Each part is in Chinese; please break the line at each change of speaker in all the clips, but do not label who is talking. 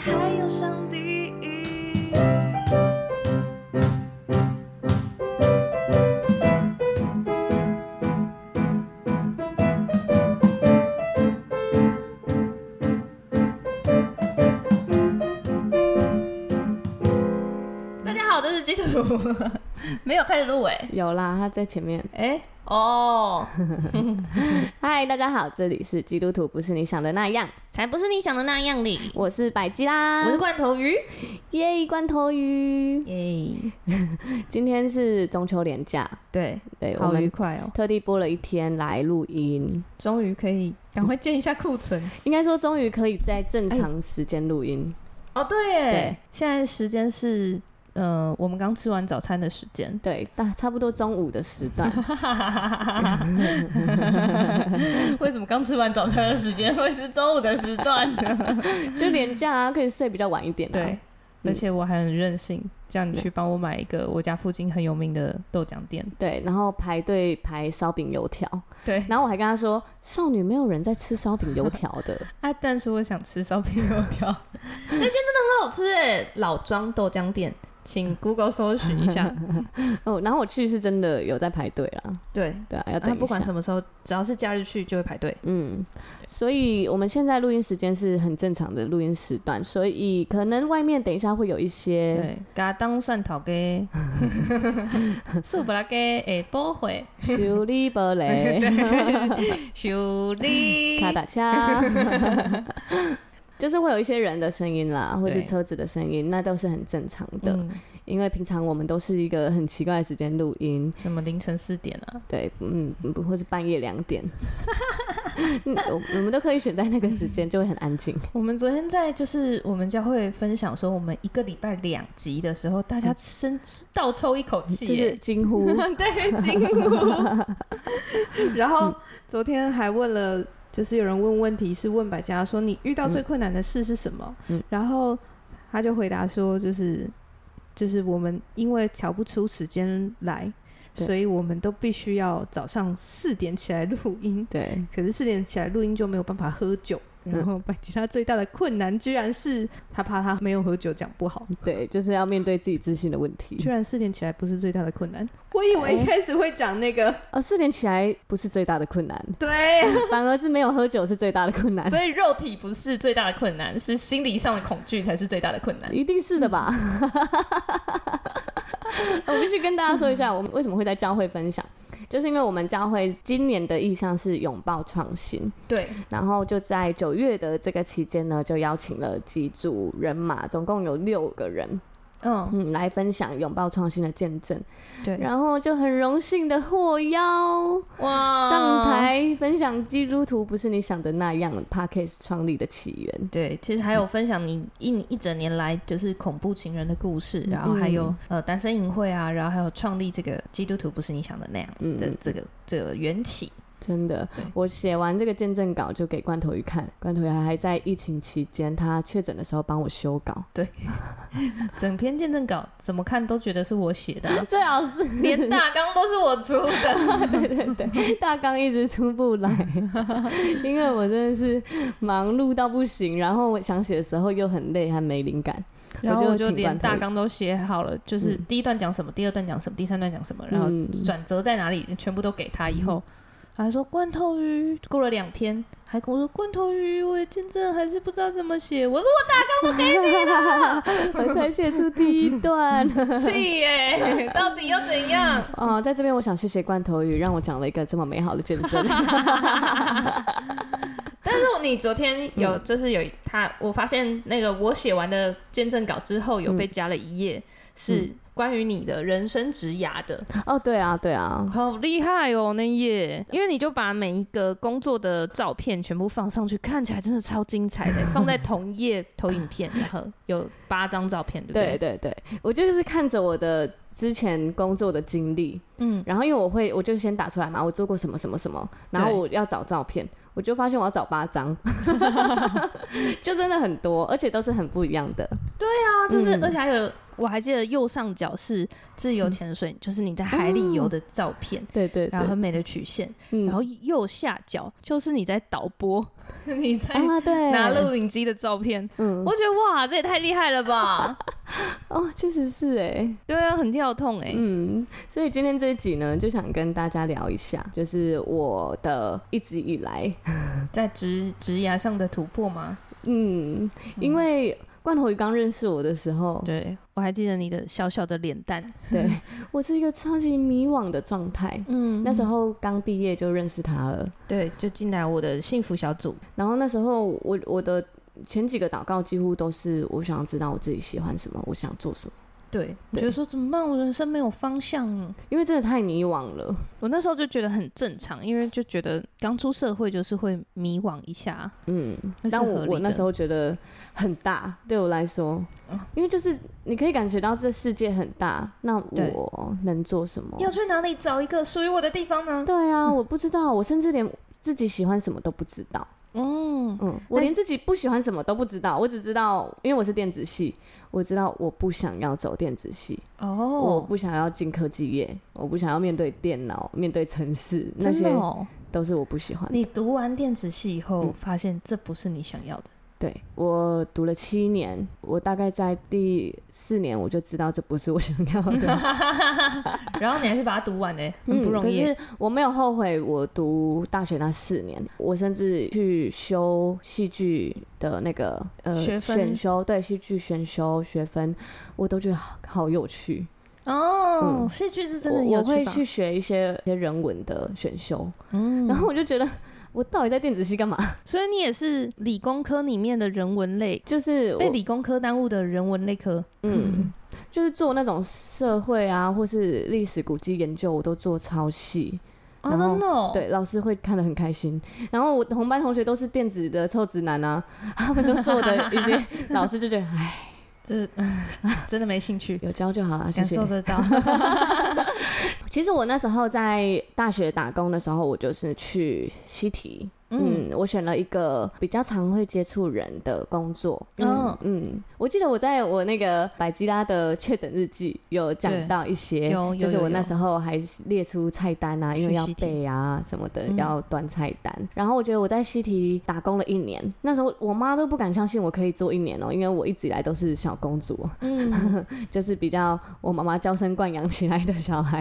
还有上帝。
大家好，这是基图，没有开始录诶。
有啦，他在前面。
哎、哦，
嗨，大家好，这里是基督徒不是你想的那样，
才不是你想的那样哩。
我是百基啦，
我是罐头鱼，
耶罐头鱼。
耶，
今天是中秋连假，
对，
对我
好愉
们
快哦！
特地播了一天来录音，
终于可以赶快建一下库存。
应该说终于可以在正常时间录音。
哦，对耶
对
现在时间是呃，我们刚吃完早餐的时间。
对，大差不多中午的时 段，
为什么刚吃完早餐的时间会是中午的时段嗯呢？
就连假啊，可以睡比较晚一点、啊。
对，，而且我还很任性，叫你去帮我买一个我家附近很有名的豆浆店。
对，然后排队排烧饼油条，
对，
然后我还跟他说，少女没有人在吃烧饼油条的，
啊，但是我想吃烧饼油条， 那间真的很好吃诶，老庄豆浆店，请 Google 搜寻一下。
哦，然后我去是真的有在排队啦，
对，
对啊，要等一
啊，
下。
不管什么时候，只要是假日去就会排队。
嗯，所以我们现在录音时间是很正常的录音时段，所以可能外面等一下会有一些，
对，给他当蒜头给，素不拉给诶，波回
修理 堡雷、
修理
卡打恰， 就是会有一些人的声音啦，或是
对
车子的声音，那都是很正常的，
嗯，
因为平常我们都是一个很奇怪的时间录音，
什么凌晨四点啊？
对，嗯，不或是半夜两点， 嗯我我们都可以选在那个时间，就会很 安静。
我们昨天在就是我们教会分享说，我们一个礼拜两集的时候，大家深倒抽一口气
嗯就
耶，
是惊呼，
对，惊呼。
然后昨天还问了，就是有人问问题是问百家说你遇到最困难的事是什么？
嗯
然后他就回答说，就是就是我们因为瞧不出时间来，
对
所以我们都必须要早上四点起来录音。
对，
可是四点起来录音就没有办法喝酒。
嗯
然后百吉他最大的困难居然是他怕他没有喝酒讲不好，
对，就是要面对自己自信的问题。
居然四点起来不是最大的困难。我以为一开始会讲那 个，
哦，四点起来不是最大的困难，
对，啊
反而是没有喝酒是最大的困 难。
所以肉体不是最大的困难，是心理上的恐惧才是最大的困难。
一定是的吧？ 我必须跟大家说一下，我们为什么会在教会分享，就是因为我们教会今年的意向是拥抱创新，
对，
然后就在九月的这个期间呢，就邀请了几组人马，总共有六个人，
嗯，
嗯，来分享拥抱创新的见证，
对
然后就很荣幸的获邀，
哇
上。台分享基督徒不是你想的那样 p a c k a s 创立的起源。
对，其实还有分享你一一整年来就是恐怖情人的故事，然后还有、呃单身淫会啊，然后还有创立这个基督徒不是你想的那样
嗯
的这个、这个缘起。
真的
对，
我写完这个见证稿就给罐头鱼看，罐头鱼还在疫情期间他确诊的时候帮我修稿，
整篇见证稿怎么看都觉得是我写的啊、
最好是
连大纲都是我出的。
对对对，大纲一直出不 来，因为我真的是忙碌到不行，然后我想写的时候又很累，还没灵感，
然后我
我
就
就请
连
罐头
大纲都写好了，就是
嗯
第一段讲什么，第二段讲什么，第三段讲什么，然后
嗯
转折在哪里，全部都给他。以后他说罐头鱼，过了两天还跟我说罐头鱼，我的见证还是不知道怎么写。我说
我才写出第一 段。
我气 耶，到底要怎样？
哦，在这边我想谢谢罐头鱼，让我讲了一个这么美好的见证。
但是你昨天
嗯
有，就是有他，我发现那个我写完的见证稿之后，有
嗯
被加了一页、是关于你的人生职涯的，
哦，对啊，对啊，
好厉害哦那一页，因为你就把每一个工作的照片全部放上去，看起来真的超精彩 的，放在同页投影片，然后有八张照片，对不
对
对？
对对，我就是看着我的之前工作的经历，
嗯，
然后因为我会，我就先打出来嘛，我做过什么什么什么，然后
对
我要找照片，我就发现我要找八张， 就真的很多，而且都是很不一样的。
对啊，就是、
嗯
而且还有我还记得右上角是自由潜水，就是你在海里游的照片，
对对对
然后，很美的曲线，
嗯
然后右下角就是你在导播， 你在
啊对，
拿录影机的照片，
嗯，
我觉得哇，这也太厉害了 吧！
哦，确实是哎，
对啊，很跳痛哎、
嗯，所以今天这一集呢，就想跟大家聊一下，就是我的一直以来，
在职职涯上的突破吗？
嗯，因为罐头鱼刚认识我的时候，
对，我还记得你的小小的脸蛋，
对 我是一个超级迷惘的状态。
嗯
那时候刚毕业就认识他了，
对，就进来我的幸福小组，
然后那时候我我的前几个祷告几乎都是我想要知道我自己喜欢什么，我想做什么，
对，我
对
觉得说怎么办，我人生没有方向啊
因为真的太迷惘了。
我那时候就觉得很正常，因为就觉得刚出社会就是会迷惘一下，
嗯
那，是
但
合
我
理
我那
的
时候觉得很大，对我来说
嗯，
因为就是你可以感觉到这世界很大，那
对
我能做什么？
哦要去哪里找一个属于我的地方呢？
对啊，我不知道，我甚至连自己喜欢什么都不知道。
嗯，
嗯，我连自己不喜欢什么都不知道，我只知道，因为我是电子系，我知道我不想要走电子系，我
哦，
不想要进科技业，我不想要面对电脑、面对城市，那
真
些
的哦，
都是我不喜欢的。
你读完电子系以后，
嗯
发现这不是你想要的，
对我读了七年，我大概在第四年我就知道这不是我想要的，
然后你还是把它读完呢，欸
嗯
很不容易
可。是我没有后悔我读大学那四年，我甚至去修戏剧的那个呃
学分
选修，对戏剧选修学分，我都觉得好好有趣。
哦
嗯，
戏剧是真的
我
有
我会
吧
去，学一些一些人文的选修，
嗯，
然后我就觉得我到底在电子系干嘛？
所以你也是理工科里面的人文类，
就是我
被理工科耽误的人文类科，
嗯，就是做那种社会啊，或是历史古迹研究，我都做超细。
哦，
然后
真的哦，
对，老师会看得很开心。然后我同班同学都是电子的臭直男啊，他们都做的 一些，老师就觉得哎，
这 真的没兴趣，
有教就好了，谢
感
谢
受。得 到。
其实我那时候在大学打工的时候，我就是去西提，嗯，我选了一个比较常会接触人的工作。
嗯
嗯嗯，我记得我在我那个百吉拉的确诊日记有讲到一些，
有有
就是
有
我那
有
时候还列出菜单啊，因为
去
要
西提
背啊什么的，
嗯
要端菜单。然后我觉得我在西提打工了一年，那时候我妈都不敢相信我可以做一年哦、因为我一直以来都是小公主，哦
嗯，
就是比较我妈妈娇生惯养起来的小孩，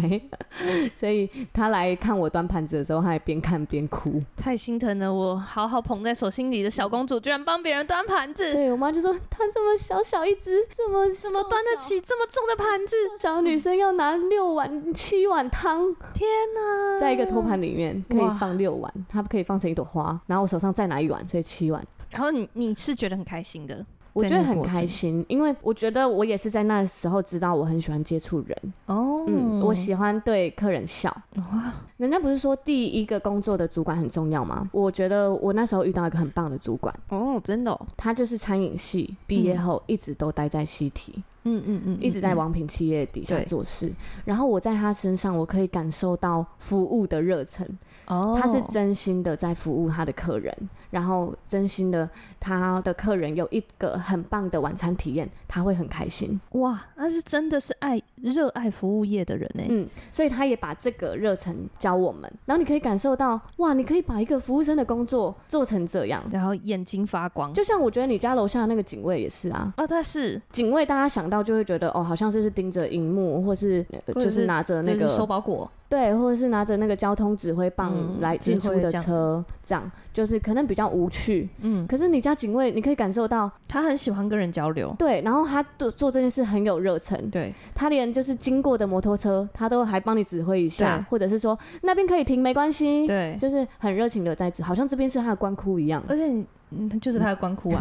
嗯
所以她来看我端盘子的时候，她还边看边哭。
太心疼了，我好好捧在手心里的小公主，居然帮别人端盘子，
对我妈就说：“她这么小小一只，这么
怎嗯么端得起这么重的盘子？
小女生要拿六碗、七碗汤，
天哪！
在一个托盘里面可
啊哇
以放六碗，它可以放成一朵花，然后我手上再拿一碗，所以七碗。
然后你你是觉得很开心的
我觉
在
得
那个
很
过程
开心，因为我觉得我也是在那时候知道我很喜欢接触人，
哦
嗯，我喜欢对客人笑。
哇，
人家不是说第一个工作的主管很重要吗？我觉得我那时候遇到一个很棒的主管，
哦，真的、哦，
他就是餐饮系毕
嗯
业后一直都待在西体，
嗯嗯嗯
一直在王品企业底下
对
做事。然后我在他身上，我可以感受到服务的热忱，
哦
他是真心的在服务他的客人，然后真心的他的客人有一个很棒的晚餐体验，他会很开心。
哇，那是真的是爱热爱服务业的人呢、
嗯，所以他也把这个热忱教我们，然后你可以感受到，哇，你可以把一个服务生的工作做成这样。
然后眼睛发光，
就像我觉得你家楼下那个警卫也是啊，
哦，他是
警卫大家想到就会觉得哦，好像就是盯着荧幕，或是、呃
或者
就是是拿着那
就
个
是收包裹，
对，或者是拿着那个交通指挥
嗯
棒来
指
进出
挥
的
这样子
车，这样就是可能比较无趣。
嗯，
可是你家警卫，你可以感受到
他很喜欢跟人交流，
对，然后他做做这件事很有热忱，
对，
他连就是经过的摩托车，他都还帮你指挥一下
对，
或者是说那边可以停没关系，
对
就是很热情的在指，好像这边是他的官窟一样。
而且你嗯，就是他的光 哭啊！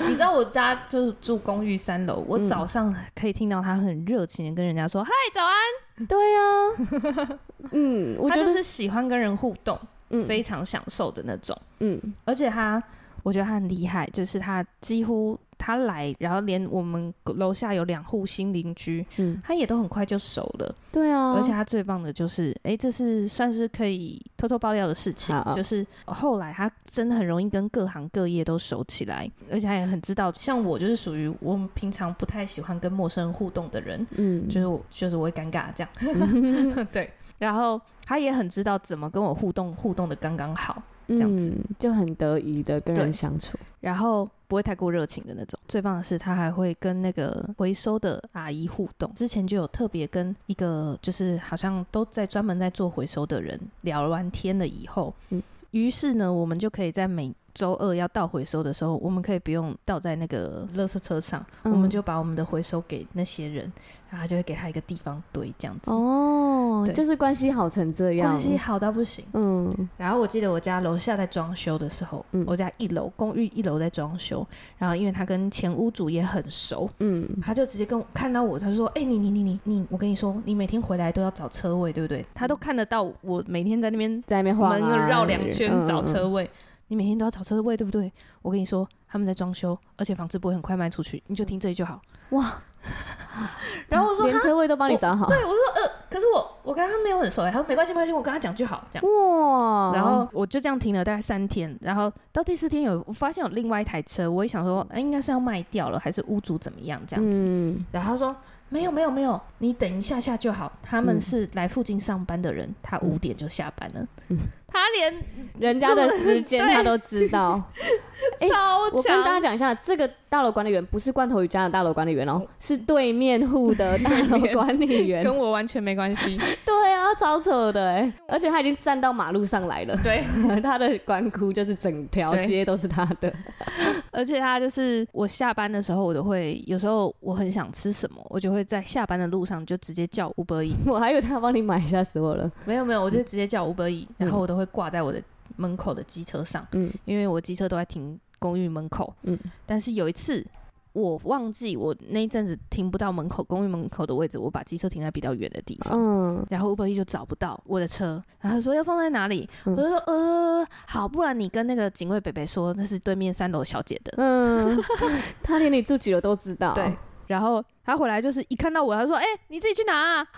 你知道我家就是住公寓三楼，我
嗯
早上可以听到他很热情的跟人家说“嗨，早安
对啊，嗯，”，我
他
觉得、
就是喜欢跟人互动，
嗯
非常享受的那种。
嗯
而且他，我觉得他很厉害，就是他几乎他来，然后连我们楼下有两户新邻居，
嗯，
他也都很快就熟了。
对啊，
而且他最棒的就是，哎、这是算是可以偷偷爆料的事情，
好
就是后来他真的很容易跟各行各业都熟起来，而且他也很知道，像我就是属于我们平常不太喜欢跟陌生人互动的人，
嗯，
就是我就是我会尴尬这样， 对。然后他也很知道怎么跟我互动，互动的刚刚好，
这
样子
嗯就很得意的跟
对
人相处，
然后不会太过热情的那种。最棒的是，他还会跟那个回收的阿姨互动。之前就有特别跟一个就是好像都在专门在做回收的人聊完天了以后，
嗯
于是呢，我们就可以在每周二要倒回收的时候，我们可以不用倒在那个垃圾车上，
嗯
我们就把我们的回收给那些人，然后就会给他一个地方堆这样子。
哦，
对
就是关系好成这样，
关系好到不行。
嗯
然后我记得我家楼下在装修的时候，
嗯
我家一楼公寓一楼在装修，然后因为他跟前屋主也很熟，
嗯，
他就直接跟我看到我，他说：“哎、你你你你你，我跟你说，你每天回来都要找车位，对不
嗯
对？他都看得到我每天在那边
在那边晃
门
啊
绕两圈
嗯
找车
嗯
位，你每天都要找车位，对不对？我跟你说，他们在装修，而且房子不会很快卖出去，你就听这里就好。
哇，
然后我 说
嗯连车位都帮你
我
找好，
对，我说呃，可是我我跟他没有很熟哎，他说没关系没关系，我跟他讲就好，这样。”
哇，
然后我就这样停了大概三天，然后到第四天有我发现有另外一台车，我也想说，哎、应该是要卖掉了，还是屋主怎么样这样子？
嗯
然后他说没有没有没有，你等一下下就好。他们是来附近上班的人，他五点就下班了，
嗯
他连
人家的 时间他都知道。哎
超
我跟大家讲一下，这个大楼管理员不是罐头鱼家的大楼管理员
嗯
哦，是对面户的大楼管 理员。
我完全没关 系。
对啊，超扯的哎！而且他已经站到马路上来了，
对，
他的管窟就是整条
对
街都是他的。
而且他就是我下班的时候，我都会有时候我很想吃什么，我就会在下班的路上就直接叫 Uber E。
我还以为他帮你买，吓死我了。
没有没有，我就直接叫 Uber E，然后我都会挂在我的门口的机车上，
嗯
因为我机车都在停公寓门口。
嗯
但是有一次我忘记我那一阵子停不到门口公寓门口的位置，我把机车停在比较远的地方。
嗯，
然后 Uber E 就找不到我的车，然后他说要放在哪里，
嗯
我就说呃好，不然你跟那个警卫北北说那是对面三楼小姐的，
嗯， 他连你住几楼都知道。
对，然后他回来就是一看到我，他说哎、你自己去拿、 啊，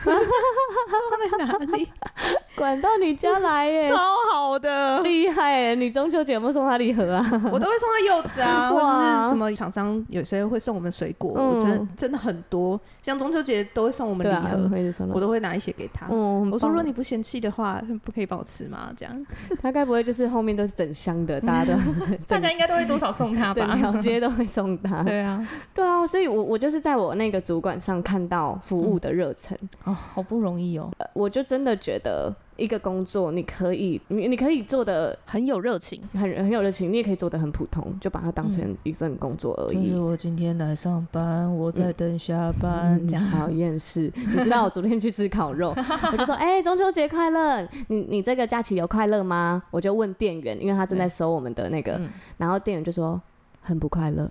管到你家来 耶，
超好的，
厉害耶！你中秋节有没有送他礼盒啊？
我都会送他柚子啊，或
哇
者是什么厂商有些会送我们水果，
嗯
我真的真的很多，像中秋节都会送我们
对
礼
啊，
盒，
我也送
我
了。
都会拿一些给他。
嗯，很
我说
棒
如果你不嫌弃的话，不可以帮我吃吗？这样
他该不会就是后面都是整箱 的，大家都
大家应该都会多少送 他
整
吧？
条街都会送 他。
对啊，
对啊，所以我我就是在我那个主管上看到服务的热忱，
哦，好不容易哦，
呃我就真的觉得一个工作你可以你你可以做的
很有热情。
很很有热情，你也可以做的很普通，就把它当
嗯
成一份工作而已。
我今天来上班，我
在
等下
嗯， 讨厌是，你知道我昨天去吃烤 肉，我就说，哎、中秋节快乐！你你这个假期有快乐吗？我就问店员，因为他正在收我们的那个，
嗯
然后店员就说很不 快乐。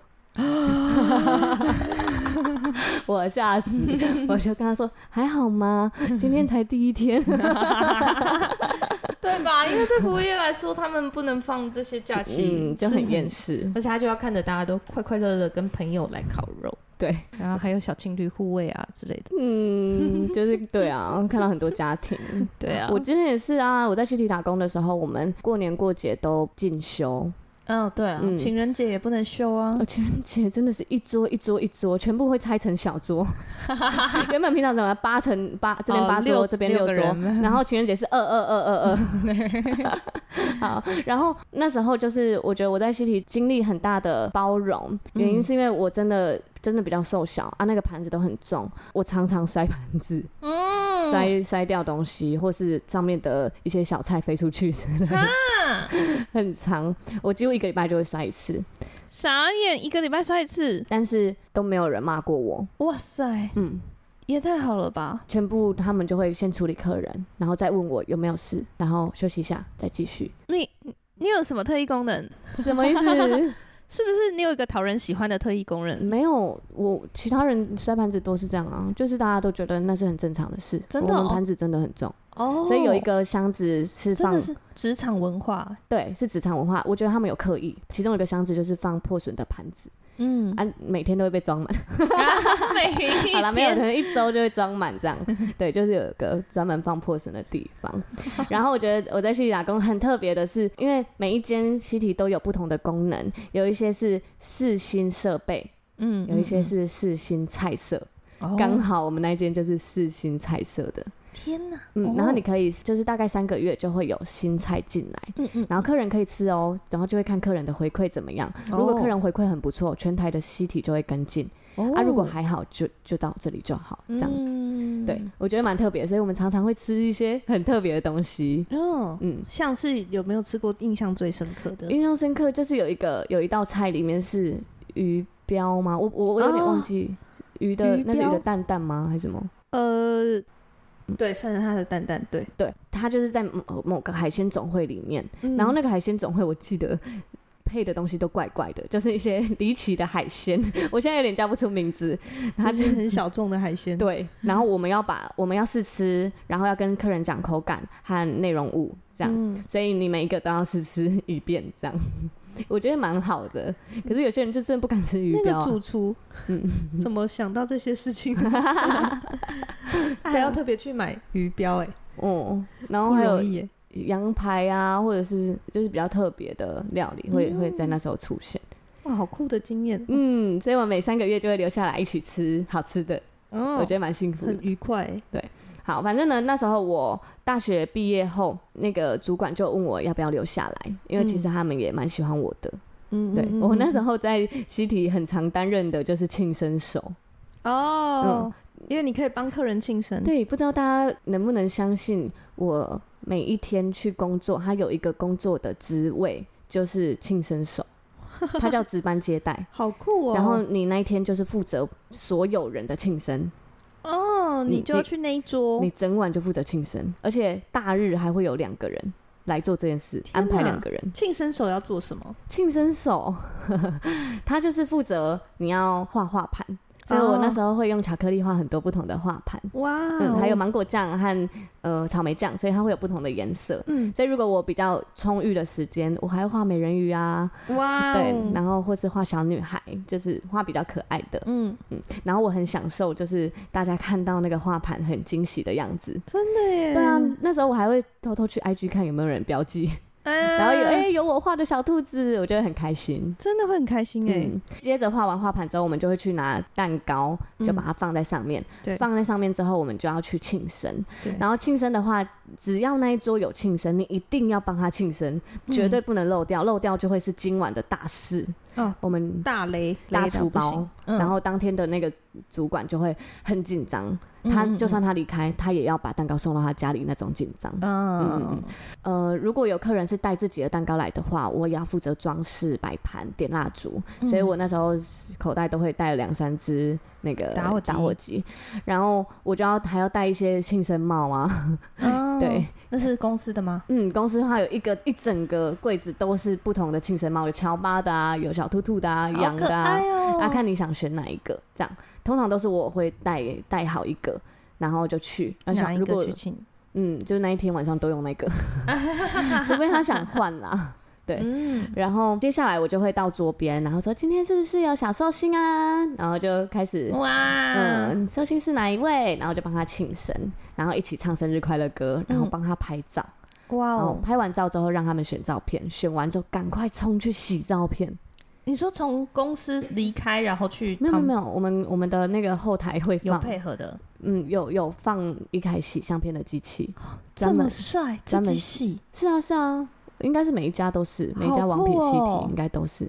我吓死，我就跟他说还好吗？今天才第一天，
对吧？因为对服务业来说，他们不能放这些 假
嗯，就很厌世。
而且他就要看着大家都快快乐乐跟朋友来烤肉，
对，
然后还有小情侣护卫啊之类的。
嗯，就是对啊，看到很多家庭，
对啊
我之前也是啊，我在西体打工的时候，我们过年过节都进修，
嗯，对啊
嗯
情人节也不能休啊
哦，情人节真的是一桌一桌一桌，全部会拆成小 桌。原本平常怎么八乘八，这边
哦
八桌，
六
这边
六
六
个
桌，
人嗯
然后情人节是二二二二二。好，然后那时候就是我觉得我在西体经历很大的包容，原
嗯
因是因为我真的。真的比较瘦小啊，那个盘子都很重，我常常摔盘子，
嗯，
摔摔掉东西，或是上面的一些小菜飞出去之类的， 很长。我几乎一个礼拜就会摔一次，
傻眼，一个礼拜刷一次，
但是都没有人骂过我。
哇塞，
嗯，
也太好了吧？
全部他们就会先处理客人，然后再问我有没有事，然后休息一下再继续。
你你有什么特异功能？
什么意思？
是不是你有一个讨人喜欢的特异功能？
没有，我其他人摔盘子都是这样啊，就是大家都觉得那是很正常的事。
真的哦
我们盘子真的很重，
哦
所以有一个箱子是
真
放
的是职场文化，
对是职场文化，我觉得他们有刻意。其中有一个箱子就是放破损的盘子，
嗯，
啊，每天都会被装满。
每一
好了，没有，可
天
能一周就会装满 这样。对，就是有一个专门放破绳的地方。然后我觉得我在西体打工很特别的是，因为每一间西体都有不同的功能，有一些是四星设备，
嗯
有一些是四星菜色。
嗯
哦
刚、好我们那一间就是四星菜色的，
天哪，
嗯
哦，
然后你可以就是大概三个月就会有新菜进来。
嗯嗯，
然后客人可以吃哦，然后就会看客人的回馈怎么样。如果
哦
客人回馈很不错，全台的西体就会跟进。
哦
啊，如果还好，就就到这里就好，这样。
嗯
对，我觉得蛮特别，所以我们常常会吃一些很特别的东西。
哦
嗯，
嗯，
像是有没有吃过印象最深刻的？
印象深刻就是有一个有一道菜里面是鱼标吗？我我我有点
哦
忘记、鱼的
鱼
那是鱼
标
的蛋蛋吗？还是什么？
呃，对，算是他的蛋蛋，对，
对，它就是在某某个海鲜总会里面，
嗯
然后那个海鲜总会我记得。配的东西都怪怪的，就是一些离奇的海鲜， 我现在有点叫不出名字。
嗯
它
它
就是
很小众的海鲜，
对，然后我们要把我们要试吃，然后要跟客人讲口感和内容物这样，
嗯
所以你每一个都要试吃一遍这样。
嗯
我觉得蛮好的，可是有些人就真的不敢吃鱼
那
标、
个
啊。
主厨
嗯，
怎么想到这些事情的？他还要特别去买鱼标，哎，
哦，啊然后
不
还
容
有
易耶。欸
羊排啊，或者是就是比较特别的料理会、
嗯
会在那时候出现。
哇，好酷的经验，
嗯，所以我每三个月就会留下来一起吃好吃的，
哦
嗯我觉得蛮幸福的
很。愉快欸耶。
好，反正呢，那时候我大学毕业后，那个主管就问我要不要留下来，因为其实他们也蛮喜欢我的。
嗯
对我那时候在西体很常担任的就是庆生手。
哦，因为你可以帮客人庆生，
嗯对，不知道大家能不能相信我每一天去工作，他有一个工作的职位就是庆生手，他叫值班 接待。
好酷哦。
然后你那一天就是负责所有人的庆生，
哦，
你
你就要去那一桌
你，整晚就负责庆生，而且大日还会有两个人来做这件事，
天
安排
哪
两个人。
庆生手要做什么？
庆生手， 他就是负责你要画画盘，所以
哦
我那时候会用巧克力画很多不同的画盘，
哇哦，
嗯，还有芒果酱和呃草莓酱，所以它会有不同的颜色。
嗯，
所以如果我比较充裕的时间，我还会画美人鱼啊，
哇
对
哦，，
然后或是画小女孩，就是画比较可爱的，
嗯，
然后我很享受，就是大家看到那个画盘很惊喜的样子。
真的耶。
对啊，那时候我还会偷偷去 IG 看有没有人标记，
嗯，
然后有哎、有我画的小兔子，我觉得很开心。
真的会很开心哎。
嗯，接着画完画盘之后，我们就会去拿蛋糕，就把它放在上面。
对
放在上面之后，我们就要去庆生
对。
然后庆生的话，只要那一桌有庆生，你一定要帮他庆生，绝对不能漏掉，漏掉就会是今晚的大事。
哦
我们
大雷
大厨包，，
嗯
然后当天的那个主管就会很紧张，
嗯
他
嗯嗯
就算他离开，他也要把蛋糕送到他家里那种紧张。嗯
嗯，
呃，如果有客人是带自己的蛋糕来的话，我也要负责装饰、摆盘、点蜡烛，
嗯
所以我那时候口袋都会带两三只那个
打火机
机然后我就要还要带一些庆生帽啊，
哦
对，
那是公司的吗？
嗯，公司的话有一个一整个柜子都是不同的庆生帽，有乔巴的啊，有小兔兔的啊，羊的啊，
哦
哦
啊，看你想选哪一个，这样通常都是我会带带好一个，然后就去，而且
哪一
如
个
果
去请？
嗯，就那一天晚上都 用那个，除非他想换啦。对，
嗯
然后接下来我就会到桌边，然后说今天是不是有小寿星啊？然后就开始，
哇，
嗯，寿星是哪一位？然后就帮他庆生，然后一起唱生日快乐歌，然后帮他拍照，
哇
然后
哦！
拍完照之后让他们选照片，选完之后赶快冲去洗照片。
你说从公司离开，然后去
没有没有
旁
没有，我们我们的那个后台会
有
放，
配合的，
嗯，有有放一台洗相片的机器，
这
专门
么帅，自
专门
己洗，
是啊是啊，应该是每一家都是，每一家
好
王品
酷
西
哦
体应该都是。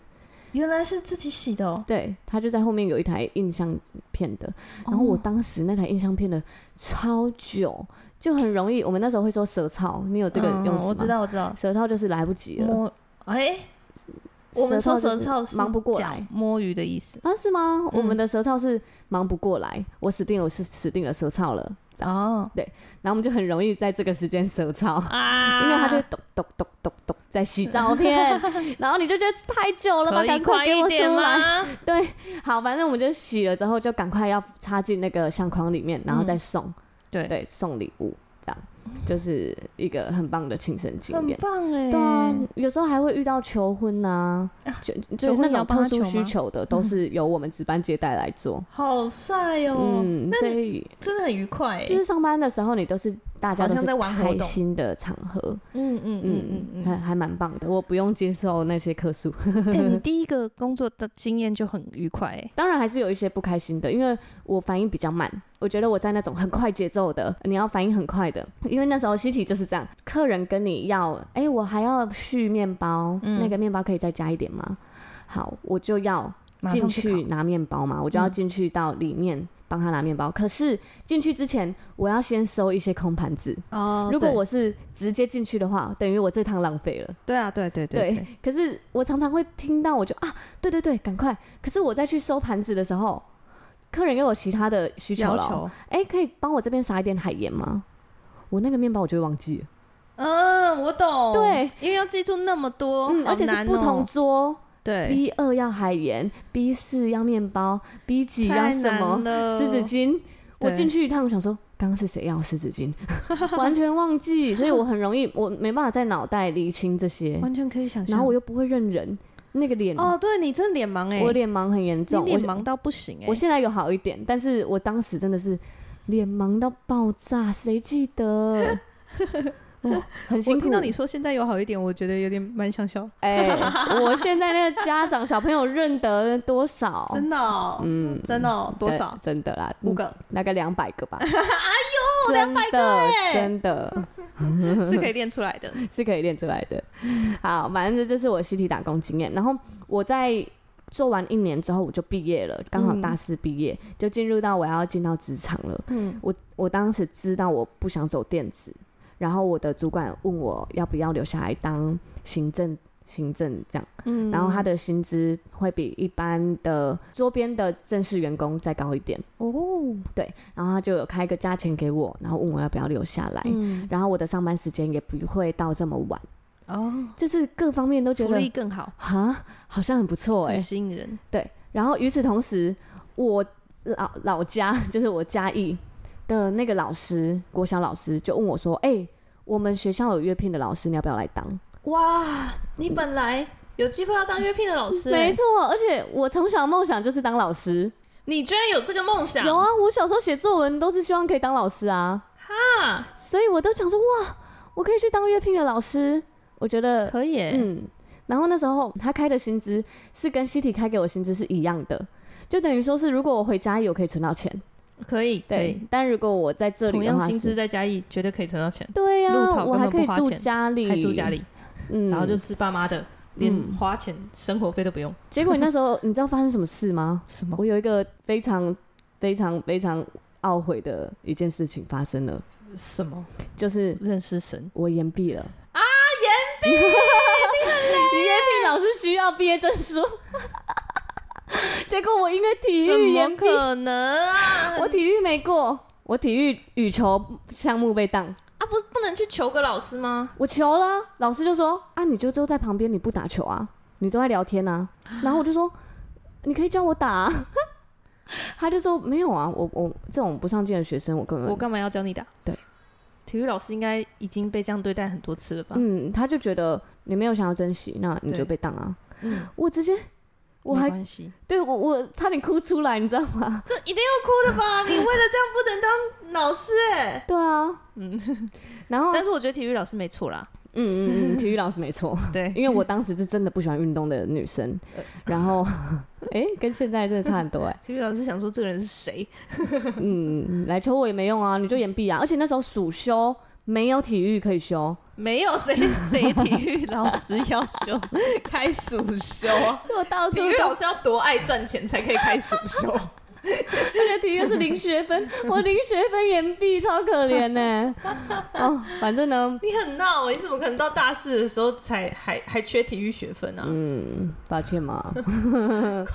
原来是自己洗的哦。
对，他就在后面有一台印象片的，然后我当时那台印象片的超久，就很容易，我们那时候会说舌操，你有这个
嗯
用词吗？
我知，道，我知道，
舌操就是来不及了。
摸哎，我们说舌操
就是是忙不过
讲
来
摸鱼的意思
啊？是吗？我
嗯
们的舌操是忙不过来，我死定了，我是死定了舌操了，
哦
然后我们就很容易在这个时间舌操。
啊
因为他就咚咚咚咚咚在洗 照片，然后你就觉得太久了吧，
可以
赶快
快
给
一
我
点
出来。
吗？
对，好，反正我们就洗了之后，就赶快要插进那个相框里面，然后再送，
对
对，送礼物这样。就是一个很棒的亲身经
很
验。
棒哎、
对啊，有时候还会遇到求婚呐、啊，就就
求婚
那
也要
种
帮他
特殊
求
需
吗
求的，都是由我们值班接待来做。
好帅哦，
嗯，
那
所
你
以
真的很愉快欸，
就是上班的时候，你都是大家
好
都
像
是
在玩活
开
动
心的场合，
嗯嗯嗯
嗯
嗯，
还还蛮棒的。我不用接受那些客诉，
嗯， 哎、你第一个工作的经验就很愉快、欸，
当然还是有一些不开心的，因为我反应比较慢。我觉得我在那种很快节奏的，你要反应很快的， 因为那时候西体就是这样，客人跟你要，哎、我还要续面包，
嗯
那个面包可以再加一点吗？好，我就要
马
进
上去
去
烤，
拿面包嘛，我就要
嗯
进去到里面帮他拿面包。可是进去之前，我要先收一些空盘子。
哦
如果我是直接进去的话，等于我这趟浪费了。
对啊，对对
对，可是我常常会听到，我就啊，对对对，赶快！可是我再去收盘子的时候，客人又有其他的需求
要
了哦。
求，
哎、可以帮我这边撒一点海盐吗？我那个面包我就会忘记了，
嗯，我懂，
对，
因为要记住那么多，
嗯，
好
而且是
难
不同
哦
桌
对，
，B 二要海盐，B 四要面包，B 几要
太
什么
难了
湿纸巾。我
对
进去一趟，想说刚刚是谁要湿纸巾， 完全忘记，所以我很容易，我没办法在脑袋理清这些，
完全可以想象。
然后我又不会认人，那个脸，
哦，对你真的脸盲哎，
我脸盲很严
你
重，
脸
我
盲到不行哎
我，现在有好一点，但是我当时真的是脸盲到爆炸，谁记 得？哇，很辛
我
苦
听。到你说现在有好一点，我觉得有点蛮想笑，
哎、我现在那个家长小朋友认得多少？
真的哦，
嗯，
真的哦多少
对？真的啦，
五
嗯
个
大概两百 个吧。哎呦，两百个、真的
是可以练出来 的，
是可以练出来的。好，反正这是我实体打工经验。然后我在做完一年之后，我就毕业了，刚好
嗯
大四毕业，就进入到我要进到职场了。
嗯，
我我当时知道我不想走电子，然后我的主管问我要不要留下来当行政行政这样，
嗯
然后他的薪资会比一般的桌边的正式员工再高一点，
哦，
对，然后他就有开个价钱给我，然后问我要不要留下来，
嗯，
然后我的上班时间也不会到这么晚，
哦，
就是各方面都觉
福利
得
更好，
啊，好像很不错哎、
很吸引人，
对，然后与此同时，我老老家 就是我嘉义的那个老师，国小老师就问我说：“哎、我们学校有约聘的老师，你要不要来当
哇，你本来有机会要当约聘的老？” 师欸，
没错，而且我从小梦想就是当老师。
你居然有这个梦想，
有啊，我小时候写作文都是希望可以当老师啊，
啊，
所以我都想说哇，我可以去当约聘的老师，我觉
呃
得
可以、欸，
嗯，然后那时候他开的薪资是跟西体开给我薪资是一样的，就等于说是如果我回家有可以存到钱。
可以，
对，，但如果我在这里
同
的
样
话
薪
是，
资在嘉义绝对可以存到钱，
对呀、
入草
我
根
还
本
可
不
以
花
住
钱
家里，
还住家，里，
嗯，
然后就吃爸妈的，连
嗯
花钱生活费都不用。
结果你那时候，你知道发生什么事吗？
什么？
我有一个非常、非常、非常懊悔的一件事情发生了，
什么？
就是
认识神？
我延毕了啊，延毕， 延毕老师需要毕业证书， 结果我因为体
怎
育
么
延毕，
可能啊？
我体育没过，我体育羽球项目被当。
啊不不能去求个老师吗？
我求了，老师就说啊，你就坐在旁边，你不打球啊，你都在聊天啊。然后我就说，你可以教我打、啊。 他就说没有啊，我我这种不上进的学生，我根
我
本
干嘛要教你打？
对，
体育老师应该已经被这样对待很多次了吧？
嗯，他就觉得你没有想要珍惜，那你就
对
被当啊。
嗯，
我直接，我
没
还
关系，
对我我差点哭出来，你知道吗？
这一定要哭的吧？你为了这样不能当老师哎，
对啊，嗯， 然 后
但是我觉得体育老师没错 啦。
嗯嗯嗯，体育老师没错，
对
因为我当时是真的不喜欢运动的女生，然后哎、跟现在真的差很多哎、
体育老师想说这个人是谁？
嗯，来求我也没用啊，你就延毕啊。而且那时候暑休没有体育可以休，
没有谁谁体育老师要休开暑休啊？
所以我到处
体育老师要多爱赚钱才可以开暑休？
而且体育是零学分，我零学分延毕，超可怜呢、哦，反正 呢，
你很闹，欸你怎么可能到大四的时候才还还缺体育学分啊？
嗯，抱歉嘛，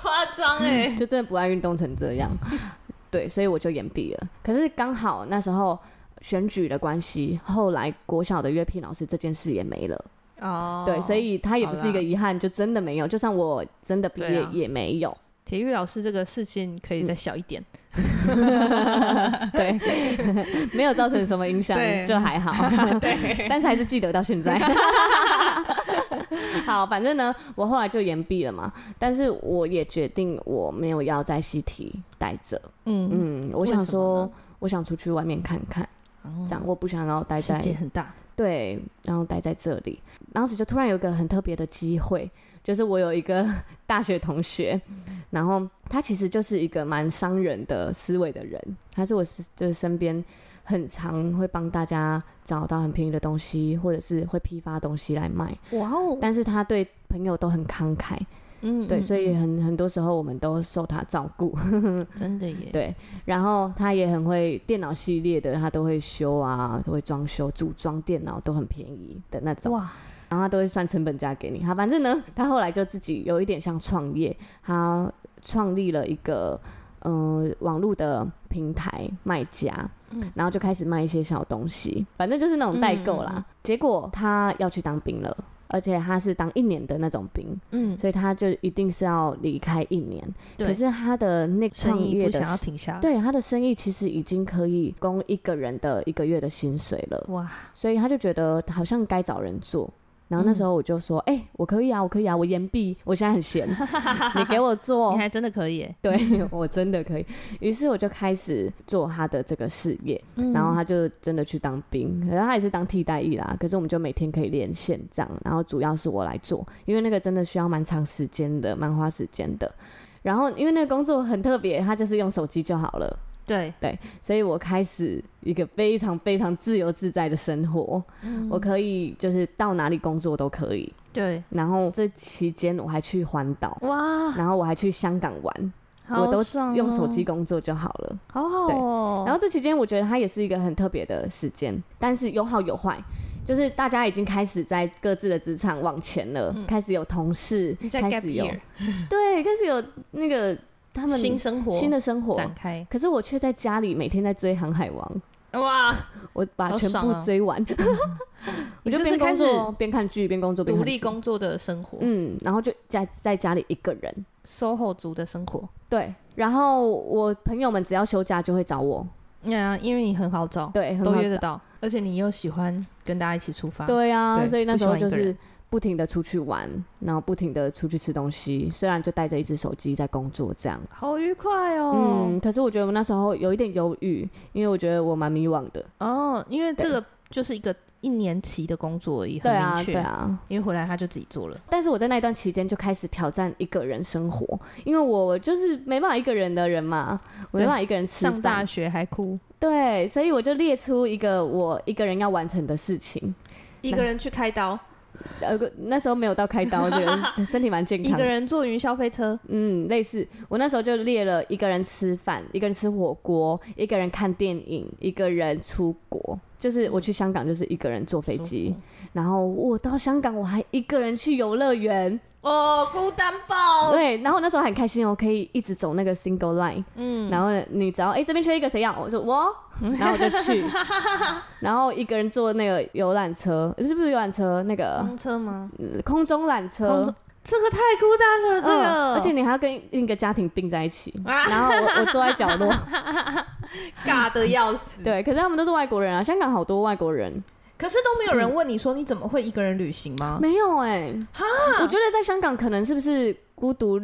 夸张哎！
就真的不爱运动成这样。对，所以我就延毕了。可是刚好那时候选举的关系，后来国小的乐聘老师这件事也没了。
哦
对，所以他也不是
好
一
啦
个遗憾，就真的没有。就算我真的毕
对
业
啊
也没有。
体育老师这个事情可以再小一点，
对，没有造成什么影响
对，
就还好。
嗯
但是还是记得到现在。 好，反正呢，我后来就延毕了嘛，但是我也决定我没有要在西体待着。
嗯，
嗯，我
为
想
什么
说
呢，
我想出去外面看看，
哦
这样我不想要待
世
在
界很大，
对，然后待在这里。当时就突然有一个很特别的机会，就是我有一个 大学同学，然后他其实就是一个蛮商人的思维的人，他是我是就是身边很常会帮大家找到很便宜的东西，或者是会批发东西来卖，
哇哦，
但是他对朋友都很慷慨，
嗯
对，
嗯
所以
嗯
很很多时候我们都受他照顾。
真的耶，
对，然后他也很会电脑系列的，他都会修啊，都会装修、组装电脑都很便宜的那种。
哇，
然后他都会算成本价给你。他反正呢，他后来就自己有一点像创业，他创立了一个嗯、呃网络的平台卖家，
嗯
然后就开始卖一些小东西，反正就是那种代购啦。
嗯嗯嗯
结果他要去当兵了。而且他是当一年的那种兵，
嗯，
所以他就一定是要离开一年。
对
可是他的那个
生
创
意
业
不
的
想要停下来，
对他的生意其实已经可以供一个人的一个月的薪水了，
哇，
所以他就觉得好像该找人做。然后
嗯
那时候我就说：“哎、我可以啊，我可以啊，我延毕，我现在 很闲，你给我
你
做。
还真的可以耶”，
对我真的可以。于是我就开始做他的这个事业，
嗯
然后他就真的去当兵，可是他也是当替代役啦。可是我们就每天可以连线这样，然后主要是我来做，因为那个真的需要蛮长时间的，蛮花时间的。然后因为那个工作很特别，他就是用手机就好了。
对，
所以我开始一个非常非常自由自在的生活，
嗯
我可以就是到哪里工作都可以。
对，
然后这期间我还去环岛，
哇，
然后我还去香港玩，
啊好
我都
爽
用
哦
手机，工作就好了。
好好哦，
然后这期间我觉得它也是一个很特别的时间，但是有好有坏。就是大家已经开始在各自的职场往前了，
嗯
开始有同事
你，在
开
gap
始有
year
对，开始有那个他们
新生活
新的生活。
展开，
可是我却在家里每天在追《航海王》，
哇，
我把
好
全
爽
部
哦
追完，我
你就是
边工
开
作
始
边看剧，边工作边
独
看
立
剧，
工作的生活
嗯，然后就在在家里一个人，
，SOHO 族的生活，
对，然后我朋友们只要休假就会找我，
那啊因为你很好找，
对，很
都
好
约得
找，
到，而且你又喜欢跟大家一起出发，
对啊，
对
所以那
不喜
时候
欢一
就
个
是
人
不停的出去玩，然后不停的出去吃东西，虽然就带着一只手机在工作这样，
好愉快哦
嗯，。可是我觉得我那时候有一点犹豫，因为我觉得我蛮迷惘的，
哦，因为这个就是一个一年期的工作而已，
对
很
啊，
明
对
确。
啊，
因为回来他就自己做了，
但是我在那一段期间就开始挑战一个人生活，因为我就是没办法一个人的人嘛，我没办法一个人吃
上大
饭，
学还哭，
对，所以我就列出一个我一个人要完成的事情。
一个人去开刀，
呃，那时候没有到开刀，这 个身体蛮健
一
康
个
的。
人坐云霄飞车，
嗯，类似我那时候就列了一个人吃饭，一个人吃火锅，一个人看电影，一个人出国。就是我去香港，就是一个人坐飞机，然后我到香港我还一个人去游乐园，
哦，孤单
哦
爆，
对，然后那时候很开心哦，可以一直走那个 single line，嗯，然后你只要哎、诶这边缺一个谁要，我说 我，然后我就去，然后一个人坐那个游览车，是不是游览车那个
公车 吗？
呃空中缆车
嗯空中？这个太孤单了，这
嗯
个，
而且你还要跟另一个家庭并在一 起，
啊
然后我我坐在角落，
尬的要死。
对，可是他们都是外国人啊，香港好多外国人，
可是都没有人问你说你怎么会一个人旅行吗？
没有哎、我觉得在香港可能是不是孤独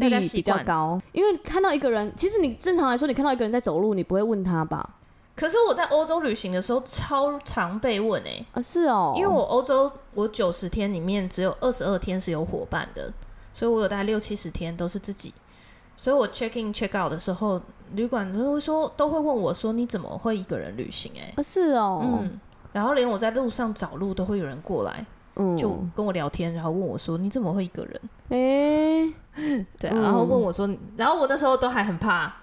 大家
力
习
比较
惯
高，因为看到一个人，其实你正常来说，你看到一个人在走路，你不会问他吧？
可是我在欧洲旅行的时候超常被问哎、
啊，是哦，
因为我欧洲我九十天里面只有二十二天是有伙伴的，所以我有大概六七十天都是自己。所以我 check in check out 的时候，旅馆都会说都会问我说你怎么会一个人旅行、欸？哎，
啊是哦，
嗯，然后连我在路上找路都会有人过来，
嗯，
就跟我聊天，然后问我说你怎么会一个人？
哎，
对、啊，
嗯
然后问我说，然后我那时候都还很怕，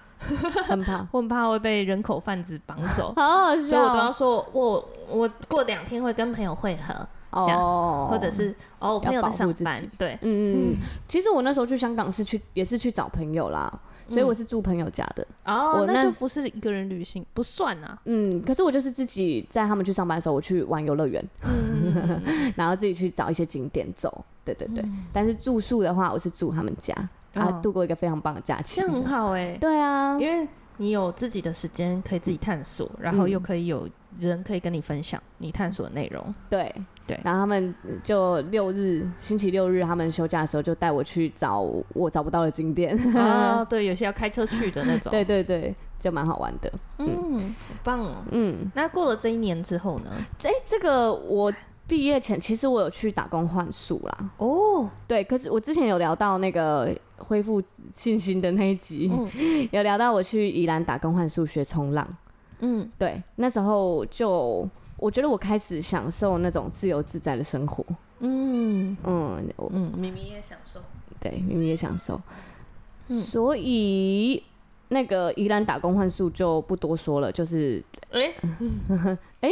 很怕，，
我很怕会被人口贩子绑走
好
所
好
以
笑
我都要说我我过两天会跟朋友会合，这样
哦，
或者是哦我朋友在
要保护
上
自
班
己，
对，
嗯，嗯，嗯其实我那时候去香港是去也是去找朋友啦，
嗯
所以我是住朋友家的，
哦
我那
那就不是一个人旅行，不算啊。
嗯，可是我就是自己在他们去上班的时候，我去玩游乐园，然后自己去找一些景点走，对对对，但是住宿的话，我是住他们家，啊
嗯哦，
度过一个非常棒的假期
这。样很好哎、
对啊，
因为你有自己的时间可以自己探索，然后
嗯
又可以有人可以跟你分享你探索的内容。
对
对
然后他们就六日星期六日他们休假的时候，就带我去找我找不到的景点。
哦，对，有些要开车去的那种。
对，对对，就蛮好玩的。
嗯，好棒哦。
嗯，
那过了这一年之后呢？
这这个我毕业前其实我有去打工换宿啦。
哦，
对，可是我之前有聊到那个恢复信心的那一集， 有聊到我去宜兰打工换宿学冲浪。
嗯，
对，那时候就我觉得我开始享受那种自由自在的生活。
嗯
嗯，我
嗯，明明也享受。
对，明明也享受。所以那个宜兰打工换宿就不多说了，就是
哎，
哎、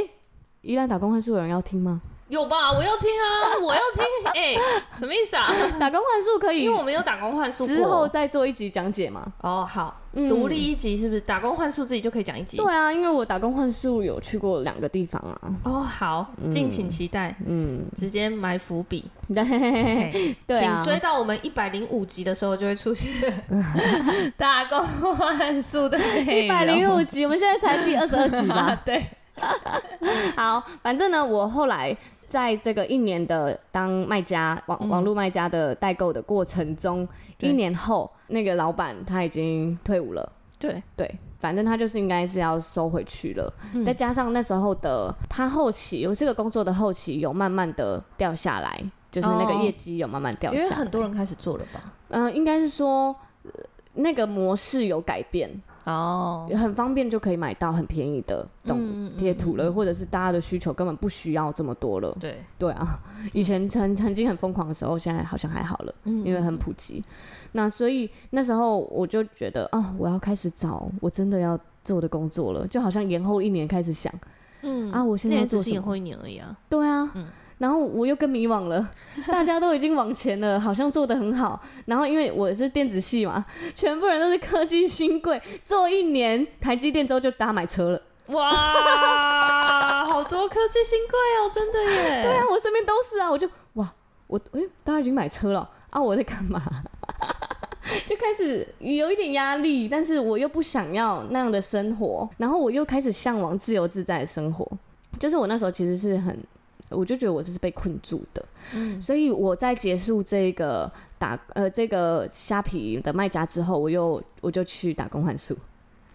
宜兰打工换宿有人要听吗？
有吧？我要听啊， 我要听。哎，什么意思啊？
打工换宿可以
因为我们有打工换宿过
嗯之后再做一集讲解嘛。
哦，好，
嗯
独立一集是不是？打工换宿自己就可以讲一集。
对啊，因为我打工换宿有去过两个地方啊。
哦，好，敬请期待，
嗯，
直接埋伏笔。
对
嘿
对啊
请追到我们一百零五集的时候，就会出 现打工换宿的内容 啊
一百零五集，我们现在才第二十二集吧。
对，
好，反正呢，我后来在这个一年的当卖家网网络卖家的代购的过程中，
对
一年后那个老板他已经退伍了，
对，
对。反正他就是应该是要收回去了，
嗯
再加上那时候的他后期，我这个工作的后期有慢慢的掉下来，就是那个
哦
业绩有慢慢掉
因
下来。
为很多人开始做了吧？
嗯、应该是说、呃那个模式有改变，
哦，
很方便就可以买到很便宜的
嗯嗯
动
嗯
贴图了，或者是大家的需求根本不需要这么多了。
对，
对啊，以前曾曾经很疯狂的时候，现在好像还好了，
嗯
因为很普及。那所以那时候我就觉得，哦，我要开始找我真的要做的工作了，就好像延后一年开始想
嗯
啊，我现
那
在要
也
做
只是
什
延
么？
后一年而已啊。
对啊，然后我又更迷惘了， 大家都已经往前了，好像做的很好。然后因为我是电子系嘛，全部人都是科技新贵，做一年台积电之后就大家买车了。
哇，好多科技新贵哦，真的耶！
对啊，我身边都是啊，我就哇，我哎、大家已经买车了啊，我在干嘛？ 就开始有一点压力，但是我又不想要那样的生活，然后我又开始向往自由自在的生活。就是我那时候其实是很，我就觉得我就是被困住的，
嗯
所以我在结束这个打呃这个虾皮的卖家之后，我又我就去打工换宿。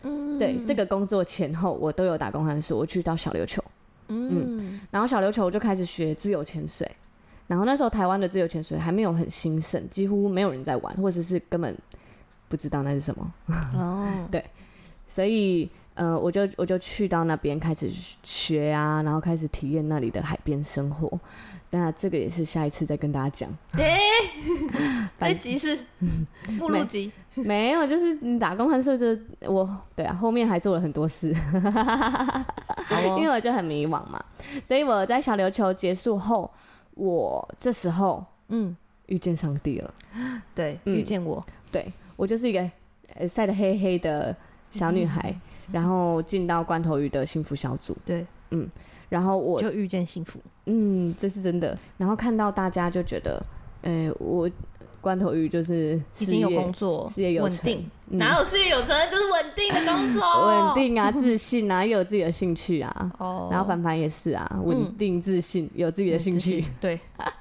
嗯
对，这个工作前后我都有打工换宿，我去到小琉球。
嗯
然后小琉球我就开始学自由潜水，然后那时候台湾的自由潜水还没有很兴盛，几乎没有人在玩，或者是根本不知道那是什么，
哦，
所以呃，我就我就去到那边开始学啊，然后开始体验那里的海边生活。那这个也是下一次再跟大家讲，
哎，
反
这集是目录集，
没有，就是你打工换宿，就是我对啊，后面还做了很多事，
好哦
因为我就很迷惘嘛，所以我在小琉球结束后，我这时候
嗯，
遇见上帝了。
对，
嗯
遇见我，
对我就是一个呃晒得黑黑的小女孩，然后进到罐头鱼的幸福小组，
嗯
嗯
对，
然后我
就遇见幸福，
嗯，这是真的，然后看到大家就觉得，呃，我罐头鱼就是
已
事
经有
业
工作，
事业有
稳
成
定，
嗯
哪有事业有成就是稳定的工作，
稳定啊，自信啊， 又有自己的兴趣啊。
哦，
然后凡凡也是啊，稳
嗯
定自信，有自己的
有
兴趣。，
对，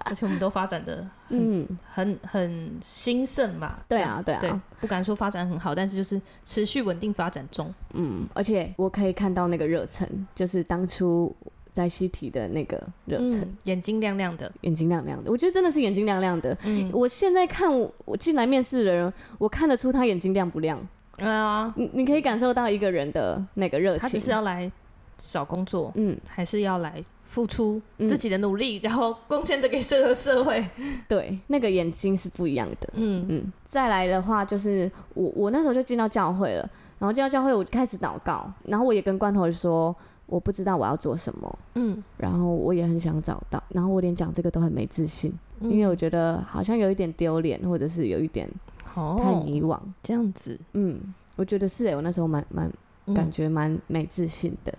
而且我们都发展的
嗯，
很很兴盛嘛，
对啊，对 啊，
对，不敢说发展很好，但是就是持续稳定发展中，
嗯，而且我可以看到那个热忱，就是当初在西提的那个热忱。
嗯，眼睛亮亮的，
眼睛亮亮的，我觉得真的是眼睛亮亮的。
嗯
我现在看我我进来面试的人，我看得出他眼睛亮不亮。
啊，
你你可以感受到一个人的那个热情。
他只是要来找工作，
嗯，
还是要来付出
嗯
自己的努力，然后贡献着给这个社会，
对，那个眼睛是不一样的。
嗯
嗯，再来的话就是我我那时候就进到教会了，然后进到教会我就开始祷告，然后我也跟罐头说我不知道我要做什么，
嗯，
然后我也很想找到，然后我连讲这个都很没自信，
嗯
因为我觉得好像有一点丢脸，或者是有一点太
哦，
迷惘。
这样子，
嗯，我觉得是哎、我那时候蛮蛮
嗯
感觉蛮没自信的。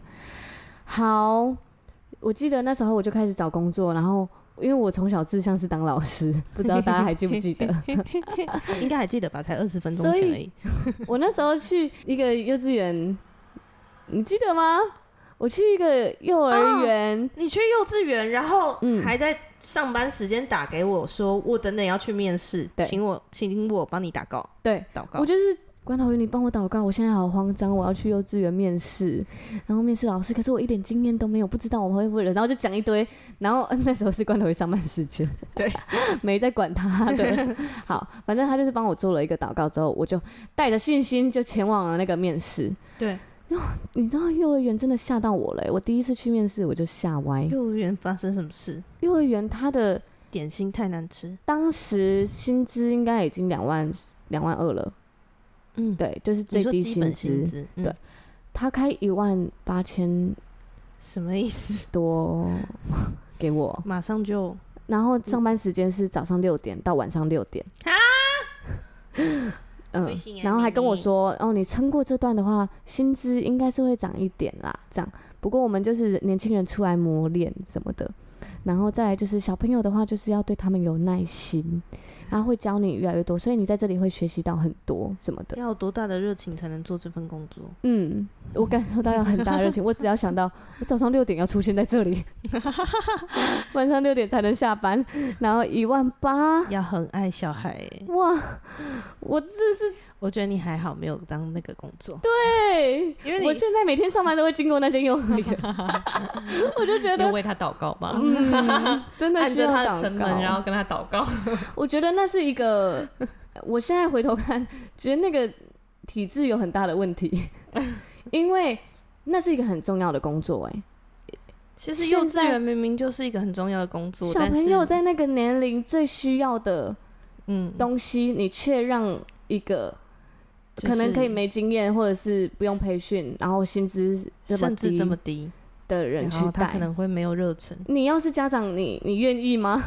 好，我记得那时候我就开始找工作，然后因为我从小志向是当老师， 不知道大家还记不记得？
应该还记得吧？才二十分钟
所以
前而已。
我那时候去一个幼稚园，你记得吗？我去一个幼儿园，
你去幼稚园，然后
嗯
还在上班时间打给我说，我等等要去面试，
对
请我请我帮你打告
对
祷告
我。就是关头鱼，你帮我祷告，我现在好慌张，我要去幼稚园面试，然后面试老师，可是我一点经验都没有，不知道我会不会惹，然后就讲一堆，然后呃那时候是关头鱼上班时间，
对，
没在管 他的。好，反正他就是帮我做了一个祷告之后，我就带着信心就前往了那个面试。
对，
你知道幼儿园真的吓到我了欸、我第一次去面试我就吓歪。
幼儿园发生什么事？
幼儿园它的
点心太难吃。
当时薪资应该已经两万两万二了，
嗯，
对，就是
你
最
说
低
基
薪
本
资
薪。资，嗯
对，他开一万八千
什么意思？
多给我，
马上就
然后上班时间是早上六点到晚上六点
啊。
嗯
微信，啊
然后还跟我
咪咪
说，哦，你撑过这段的话，薪资应该是会涨一点啦，这样。不过我们就是年轻人出来磨练什么的，然后再来就是小朋友的话，就是要对他们有耐心，然后会教你越来越多，所以你在这里会学习到很多什么的。
要有多大的热情才能做这份工作？
嗯，我感受到有很大的 热情。我只要想到我早上六点要出现在这里，晚上六点才能下班，然后一万八，
要很爱小孩欸、
哇！我这是
我觉得你还好没有当那个工作。
对，
因为你
我现在每天上班都会经过那间幼 儿园， 我就觉
要
得
为他祷 告吗？
嗯，真的
按
需
着
要
他的
祷
城
告
门，然后跟他祷告。
我觉得那是一 个，我现在回头看，觉得那个体制有很大的问 题，因为那是一个很重要的工作、哎。
其
实
实
幼
幼
稚
稚
园
园明明就是一个很重要的工作，
小朋友在那个年龄最需要的
嗯，
东西，你却让一个
就是
可能可以没经验，或者是不用培训，然后薪资这么
甚至
低
这么低，
的人
然
去
后他可
带，
能会没有热忱。
你要是家长，你你愿意吗？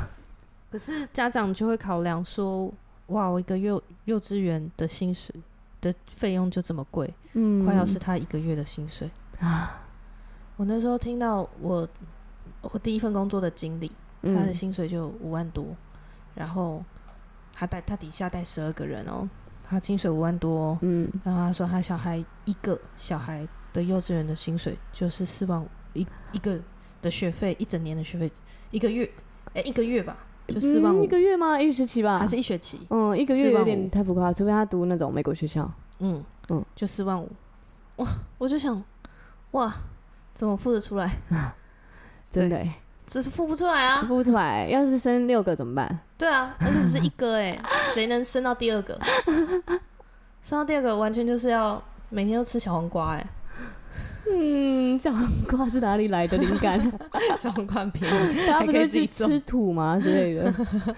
可是家长就会考量说，哇，我一个幼幼稚园的薪水的费用就这么贵，
嗯
快要是他一个月的薪水啊！我那时候听到我我第一份工作的经理，他的
嗯
薪水就五万多，然后他带他底下带十二个人哦，他薪水五万多、哦，
嗯，
然后他说他小孩一个小孩的幼稚园的薪水就是四万五一一个的学费，一整年的学费，一个月，哎、一个月吧，就四万
嗯
五、
一个月吗？一个学期吧，
还是一学期？
嗯，一个月
4万
有
五
点太浮夸，除非他读那种美国学校，
嗯
嗯
嗯，就四万五，哇！我就想，哇，怎么付得出来？对
真的欸
只是付不出来啊！
付不出来。要是生六个怎么办？
对啊，而且只是一个哎、谁能生到第二个？生到第二个完全就是要每天都吃小黄瓜哎、
嗯，小 黄瓜 是哪里来的灵感？
小红瓜很便宜，
他
还
不
可以
是
自己
去
种
吃土吗之 类的？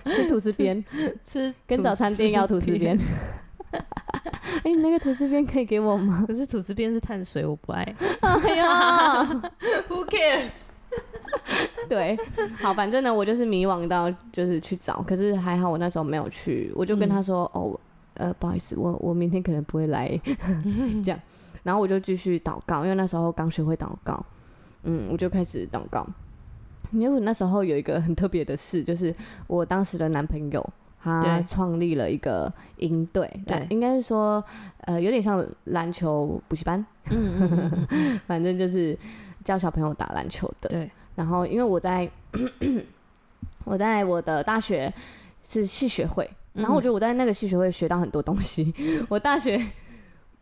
吃吐司边，
吃
跟早餐店要吐司 边。哎、你那个吐司边可以给我 吗？
可是吐司边是碳水，我不爱。
哎呀，
Who cares？
对， 好，反正呢，我就是迷惘到就是去找，可是还好我那时候没有去，我就跟他说，哦，呃，不好意思，我我明天可能不会来， 这样，然后我就继续祷告，因为那时候刚学会祷告，嗯，我就开始祷告。因为那时候有一个很特别的事，就是我当时的男朋友他
对
创立了一个营队，
对
应该是说呃有点像篮球补习班，
嗯
反正就是教小朋友打篮球的。
对，
然后因为我在 我在我的大学是系学会，
嗯
然后我觉得我在那个系学会学到很多 东西。我大学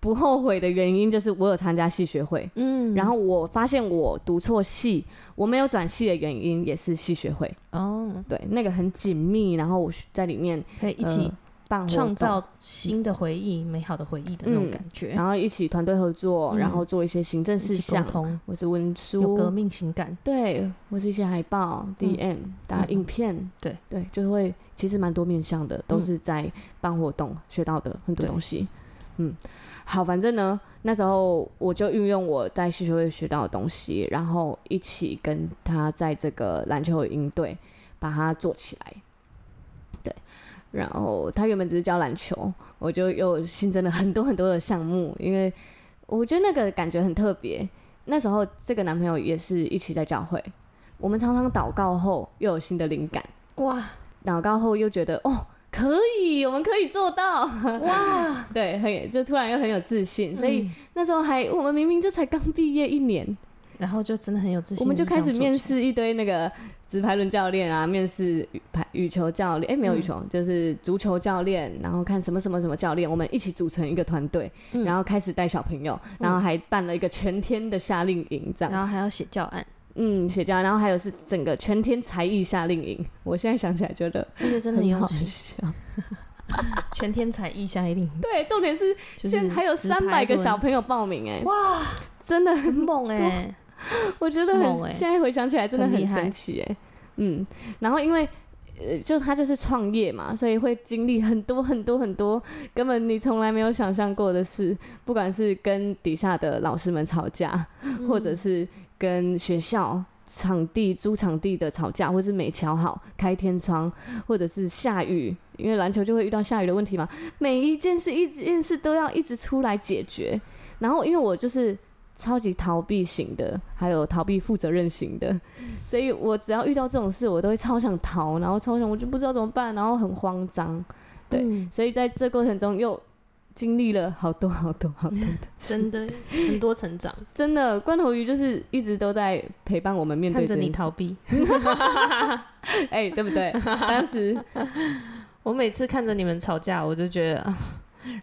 不后悔的原因就是我有参加系学会，
嗯
然后我发现我读错系，我没有转系的原因也是系学会，
哦，
对，那个很紧密，然后我在里面
可以一
呃
起
办活
创
动
造新的回忆、美好的回忆的那种
嗯
感觉，
然后一起团队合作，
嗯
然后做一些行政
一
事
起沟
项。
通，
我是文书，
有嗯革命情感。
对，或是一些海报、DM、打影片，
对
对，就会其实蛮多面向的，都是在办活动学到的很多
对
东西。嗯，好，反正呢，那时候我就运用我在戏学会学到的东西，然后一起跟他在这个篮球营队把它做起来。对，然后他原本只是教篮球，我就又新增了很多很多的项目，因为我觉得那个感觉很特别。那时候这个男朋友也是一起在教会，我们常常祷告后又有新的灵感，
哇
祷告后又觉得哦。可以，我们可以做到。
哇，嗯
对，很就突然又很有自信，所以、那时候还我们明明就才刚毕业一年，
然后就真的很有自信，
我们就开始面
这样
试一堆那个直排轮教练啊，面试羽排羽球教练，哎、没有羽球，就是足球教练，然后看什么什么什么教练，我们一起组成一个团队，
嗯
然后开始带小朋友，然后还办了一个全天的夏令营，这
然
样，
后还要写教案，
嗯，写教，然后还有是整个全天才艺夏令营，我现在想起来觉得
而且真的很
很
用
好
心，
笑，
全天才意下一定
对，重点是
就是
现在还有
直排
三百个
轮
小朋友报名、哎，
哇，
真的
很猛哎，
我觉得
猛
很，
欸
现在回想起来真的
很
很
厉害
神奇哎、嗯，然后因为呃，就他就是创业嘛，所以会经历很多很多很多根本你从来没有想象过的事，不管是跟底下的老师们吵架，
嗯
或者是跟学校。场地租场地的吵架，或是没瞧好开天窗，或者是下雨，因为篮球就会遇到下雨的问题嘛。每一件事、一件事都要一直出来解决。然后，因为我就是超级逃避型的，还有逃避负责任型的，所以我只要遇到这种事，我都会超想逃，然后超想我就不知道怎么办，然后很慌张，对，
嗯
所以在这过程中又经历了好多好 多好多的事，
真的很多成长，
真的罐头鱼就是一直都在陪伴我们 面对
看着
这
你
件事
逃，避，
哎、对不对？当时
我每次看着你们吵架，我就觉得， 啊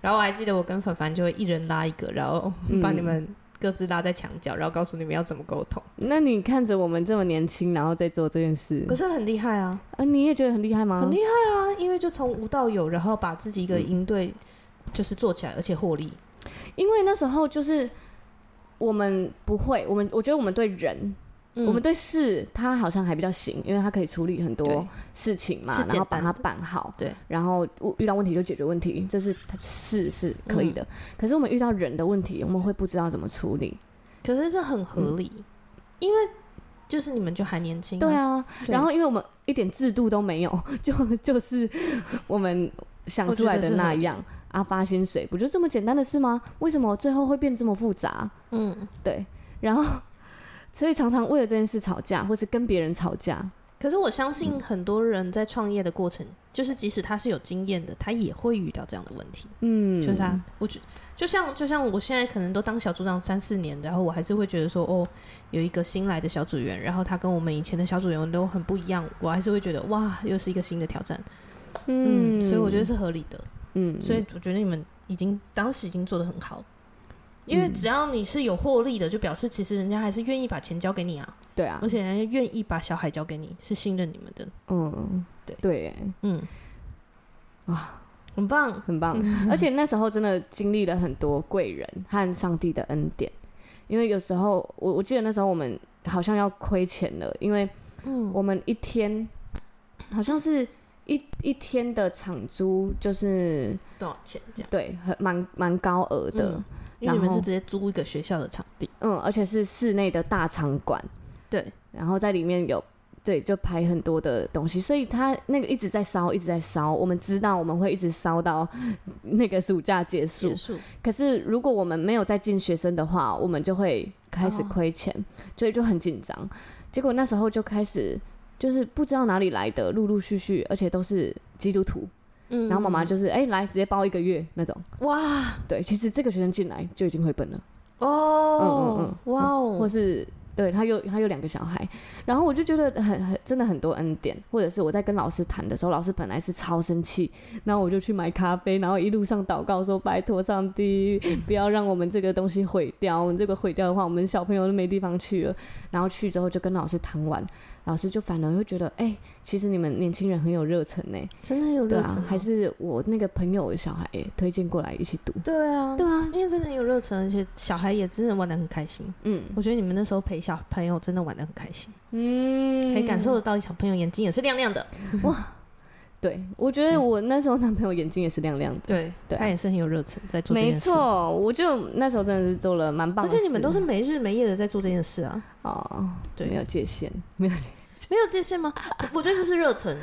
然后我还记得我跟凡凡就会一人拉一个，然后
嗯
把你们各自拉在墙角，然后告诉你们要怎么沟通，
那你看着我们这么年轻，然后在做这件事
可，是很厉害啊，
啊，你也觉得很厉害吗？
很厉害啊，嗯因为就从无到有，然后把自己一个营队就是做起来，而且获利，
因为那时候就是我们不会，我们我觉得我们对人，
嗯
我们对事，他好像还比较行，因为他可以处理很多
对
事情
是
嘛，然
简
后
单
把它
的
办好，
对，
然后遇到问题就解决问题，这是事是可以的。
嗯
可是我们遇到人的问题，我们会不知道怎么处理，
可是这很合理，因为就是你们就还年轻、
对，啊。
嗯对
然后因为我们一点制度都没有， 就就是我们想出来的那样啊，发薪水不就这么简单的事吗？为什么最后会变这么复杂？
嗯，
对，然后所以常常为了这件事吵架，或是跟别人吵架。
可是我相信很多人在创业的过程，就是即使他是有经验的，他也会遇到这样的问题。
嗯，
就是啊，我觉就像就像我现在可能都当小组长三四年，然后我还是会觉得说，哦，有一个新来的小组员，然后他跟我们以前的小组员都很不一样，我还是会觉得哇，又是一个新的挑战。嗯，所以我觉得，是合理的。
嗯，
所以我觉得你们已经当时已经做得很好，因
嗯
为只要你是有获利的，就表示其实人家还是愿意把钱交给你啊，
对啊
而，且人家愿意把小孩交给你，是信任你们的。
嗯，
对
对耶，
嗯，
哇，
很棒。
很 棒。而且那时候真的经历了很多贵人和上帝的恩典，因为有时候我我记得那时候我们好像要亏钱了，因为
嗯
我们一天好像是一一天的场租就是
多少钱这样？
对很蛮蛮高额
嗯
的，
因为你
然
们
后
是直接租一个学校的场地。
嗯，而且是室内的大场馆，
对，
然后在里面有对，就排很多的东西，所以它那个一直在烧，一直在烧。我们知道我们会一直烧到那个暑假结束，
结束。
可是如果我们没有再进学生的话，我们就会开始亏钱，所以就很紧张。结果那时候就开始就是不知道哪里来的，陆陆续续，而且都是基督徒。
嗯
然后妈妈就是哎、来直接包一个月那种。
哇
对，其实这个学生进来就已经会笨了。嗯嗯
哦，哇
或
哦，
是对他有他有两个小孩，然后我就觉得很很真的很多恩典，或者是我在跟老师谈的时候，老师本来是超生气，然后我就去买咖啡，然后一路上祷告说拜托上帝不要让我们这个东西毁掉，我们这个毁掉的话，我们小朋友都没地方去了。然后去之后就跟老师谈完，老师就反而会觉得，哎、其实你们年轻人很有热忱呢、
真的很有
对
热忱哦，，
啊还是我那个朋友的小孩、推荐过来一起读，
对啊，
对啊，
因为真的很有热忱，而且小孩也真的玩的很开心。
嗯
我觉得你们那时候陪小朋友真的玩的很开心，
嗯
可以感受得到小朋友眼睛也是亮亮的，
对，我觉得我那时候男朋友眼睛也是亮亮的。
对，
对
他也是很有热忱在做这
没
件事。
错，我就那时候真的是做了蛮棒
而
的事，
且你们都是没日没夜的在做这件事啊，
哦，
对
没有界限，没有界
没有界限吗？我觉得这是热 忱，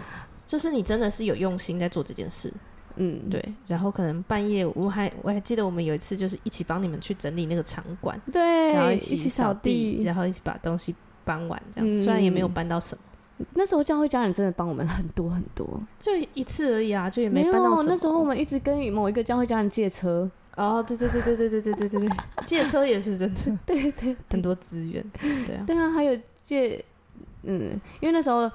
就是你真的是有用心在做这件事。
嗯，
对，然后可能半夜，我还我还记得我们有一哎次就是一起帮你们去整理那个场馆，
对，
然后
一起
扫
扫地，
然后一起把东西搬完，这样、
嗯
虽然也没有搬到什么，
那时候教会家人真的帮我们很多很多，
就一次而已啊，就也
没
搬到什
有
么。
那时候我们一直跟某一个教会家人借车，
哦，对对对对对对对对对对，借车也是真的， 对对，很多资源，对啊，
对啊，还有借，嗯，因为那时候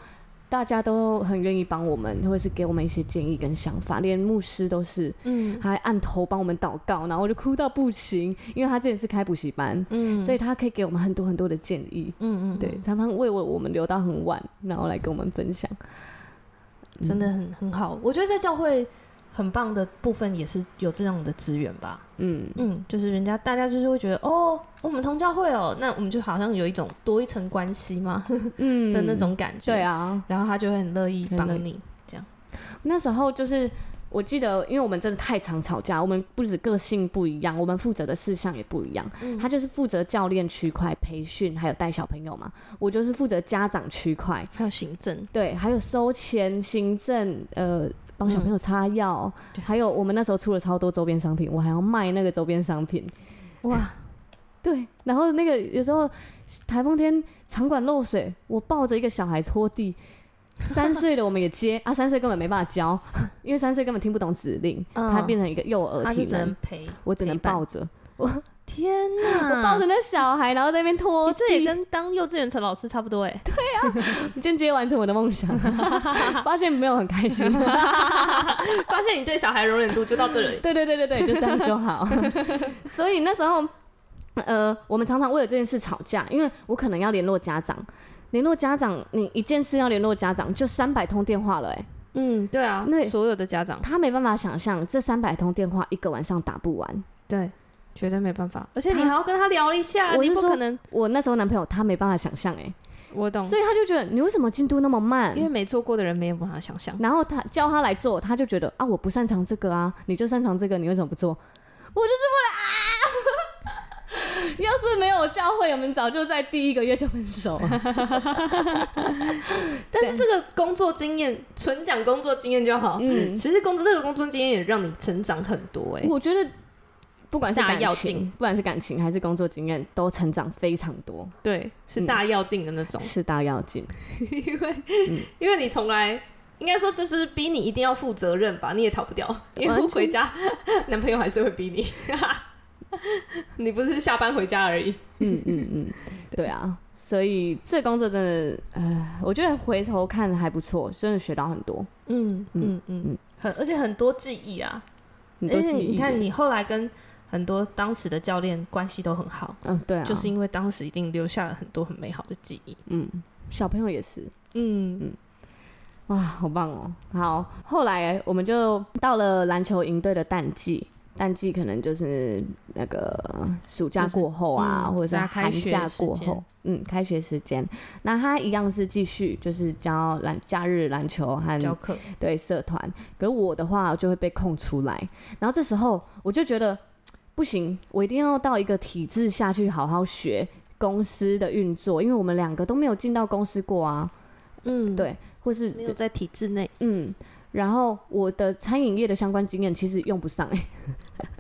大家都很愿意帮我们，或是给我们一些建议跟想法，连牧师都是，
嗯
还按头帮我们祷告，然后我就哭到不行，因为他之前是开补习班，
嗯
所以他可以给我们很多很多的建议，
嗯嗯，
对，常常为我我们留到很晚，然后来跟我们分享，嗯
真的很很好。我觉得在教会很棒的部分也是有这样的资源吧。
嗯，
嗯，就是人家大家就是会觉得哦，我们同教会哦，那我们就好像有一种多一层关系嘛
嗯
的那，种感觉。
对，啊，
然后他就会很乐意帮你。
那时候就是我记得，因为我们真的太常吵架，我们不止个性不一样，我们负责的事项也不一样。他就是负责教练区块培训，还有带小朋友嘛，我就是负责家长区块，
还有行政，
对，还有收钱、行政，呃。帮小朋
嗯
友擦药，还有我们那时候出了超多周边商品，我还要卖那个周边商品，
哇，
对，然后那个有时候台风天场馆漏水，我抱着一个小孩拖地，三岁的我们也接啊，三岁根本没办法教，因为三岁根本听不懂指令，
嗯
他变成一个幼儿
他
体
就只能
能，
陪，
我只能
陪伴嗯
抱着，
天哪，
我抱着那小孩，然后在那边拖
你
地，
这也 跟当幼稚园陈老师差不多哎，
间接完成我的 梦想，发现没有很开心，
发现你对小孩容忍度就到这里。
对对对对对，就这样就好。所以那时候，呃，我们常常为了这件事吵架，因为我可能要联络家长，联络家长，你一件事要联络家长，就三百通电话了、欸，
嗯，对啊，
对
所有的家长，
他没办法想象这三百通电话一个晚上打不完。
对，绝对没办法，啊而且
他
你还要跟他聊一下，
我
你
是
不
说
可能，
我那时候男朋友他没办法想象，哎，
我懂，
所以他就觉得你为什么进度那么慢
因？为没做过的人没有办法想象。
然后他叫他来做，他就觉得啊，我不擅长这个啊，你就擅长这个，你为什么不做？我就这么来啊！ 要是没有教会，我们早就在第一个月就分手了。
但是这个工作经验，纯讲工作经验就好。
嗯，
其实工作这个工作经验也让你成长很多哎、
我觉得不管是
大
感
要
情
紧，
不管是感情还是工作经验，都成长非常多，
对，是
嗯
大要进的那种，
是大要紧。
因为、
嗯
因为你从来应该说这就是逼你一定要负责任吧，你也逃不掉，因为回家男朋友还是会逼你， 你不是下班回家而已。
嗯嗯嗯， 对啊，所以这工作真的，呃，我觉得回头看还不错，真的学到很多，
嗯
嗯
嗯嗯，很而且很多记忆啊，
很多
而且
记忆。
你看，你后来跟很多当时的教练关系都很好，
嗯，对啊，
就是因为当时一定留下了很多很美好的记忆。
嗯，小朋友也是，
嗯
哇，好棒哦！好，后来我们就到了篮球营队的淡季，淡季可能就是那个暑假过后啊，
就是嗯
或者是
大家
寒
开学
假过
时
后
间，
嗯，开学时间，那他一样是继续就是教篮假日篮球和
教课，
对社团，可是我的话就会被空出来，然后这时候我就觉得不行，我一定要到一个体制下去好好学公司的运作，因为我们两个都没有进到公司过啊，
嗯，
对，或是
没有在体制内，
嗯，然后我的餐饮业的相关经验其实用不上、欸，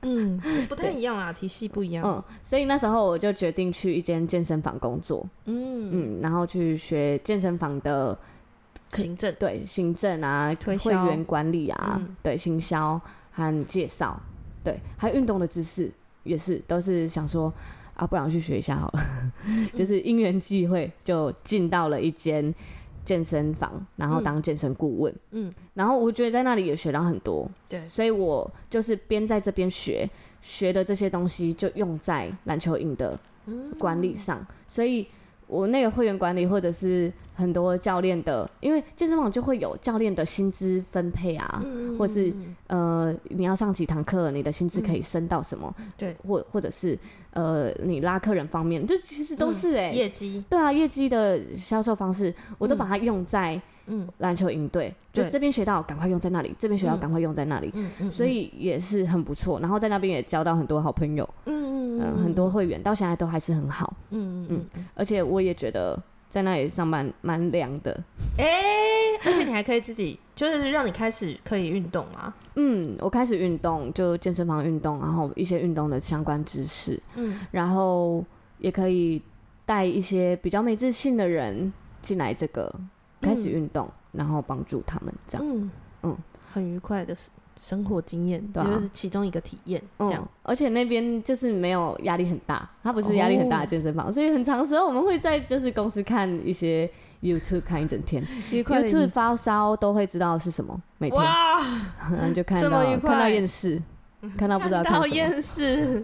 嗯，不
太
一样啊，体系不一样
嗯，所以那时候我就决定去一间健身房工作，
嗯，
嗯，然后去学健身房的
行政，
对行政啊、
推
会
销
员管理啊、
嗯
对行销和介绍，对，还有运动的知识也是，都是想说啊，不然我去学一下好了， 就是因缘际会就进到了一间健身房，然后当健身顾问，
嗯
然后我觉得在那里也学到很多，
对
所以我就是边在这边学学的这些东西，就用在篮球营的
嗯
管理上，所以我那个会员管理或者是很多教练的，因为健身房就会有教练的薪资分配啊，
嗯
或是呃你要上几堂课，你的薪资可以升到什么，
嗯对，
或或者是呃你拉客人方面，就其实都是哎、
嗯业绩，
对啊，业绩的销售方式，我都把它用在
嗯
篮球营队，就
对
这边学到赶快用在那里，这边学到赶快用在那里，
嗯嗯，
所以也是很不错。然后在那边也交到很多好朋友，
嗯
嗯、很多会员到现在都还是很好，
嗯嗯嗯，
而且我也觉得在那里上班蛮凉的。
哎，而且你还可以自己，就是让你开始可以运动啊，
嗯，我开始运动，就健身房运动，然后一些运动的相关知识，
嗯
然后也可以带一些比较没自信的人进来这个开始运动，然后帮助他们这样。
嗯
嗯
嗯，很愉快的生生活经验，
对啊
就是其中一个体验，这样
嗯，而且那边就是没有压力很大，它不是压力很大的健身
哦
房，所以很长时候我们会在就是公司看一些 YouTube 看一整天
愉快的
，YouTube 发烧都会知道是什么，每天
哇，
然后就看
这
到
么愉快
看到 厌世，看到不知道看
到
什么，
厌世，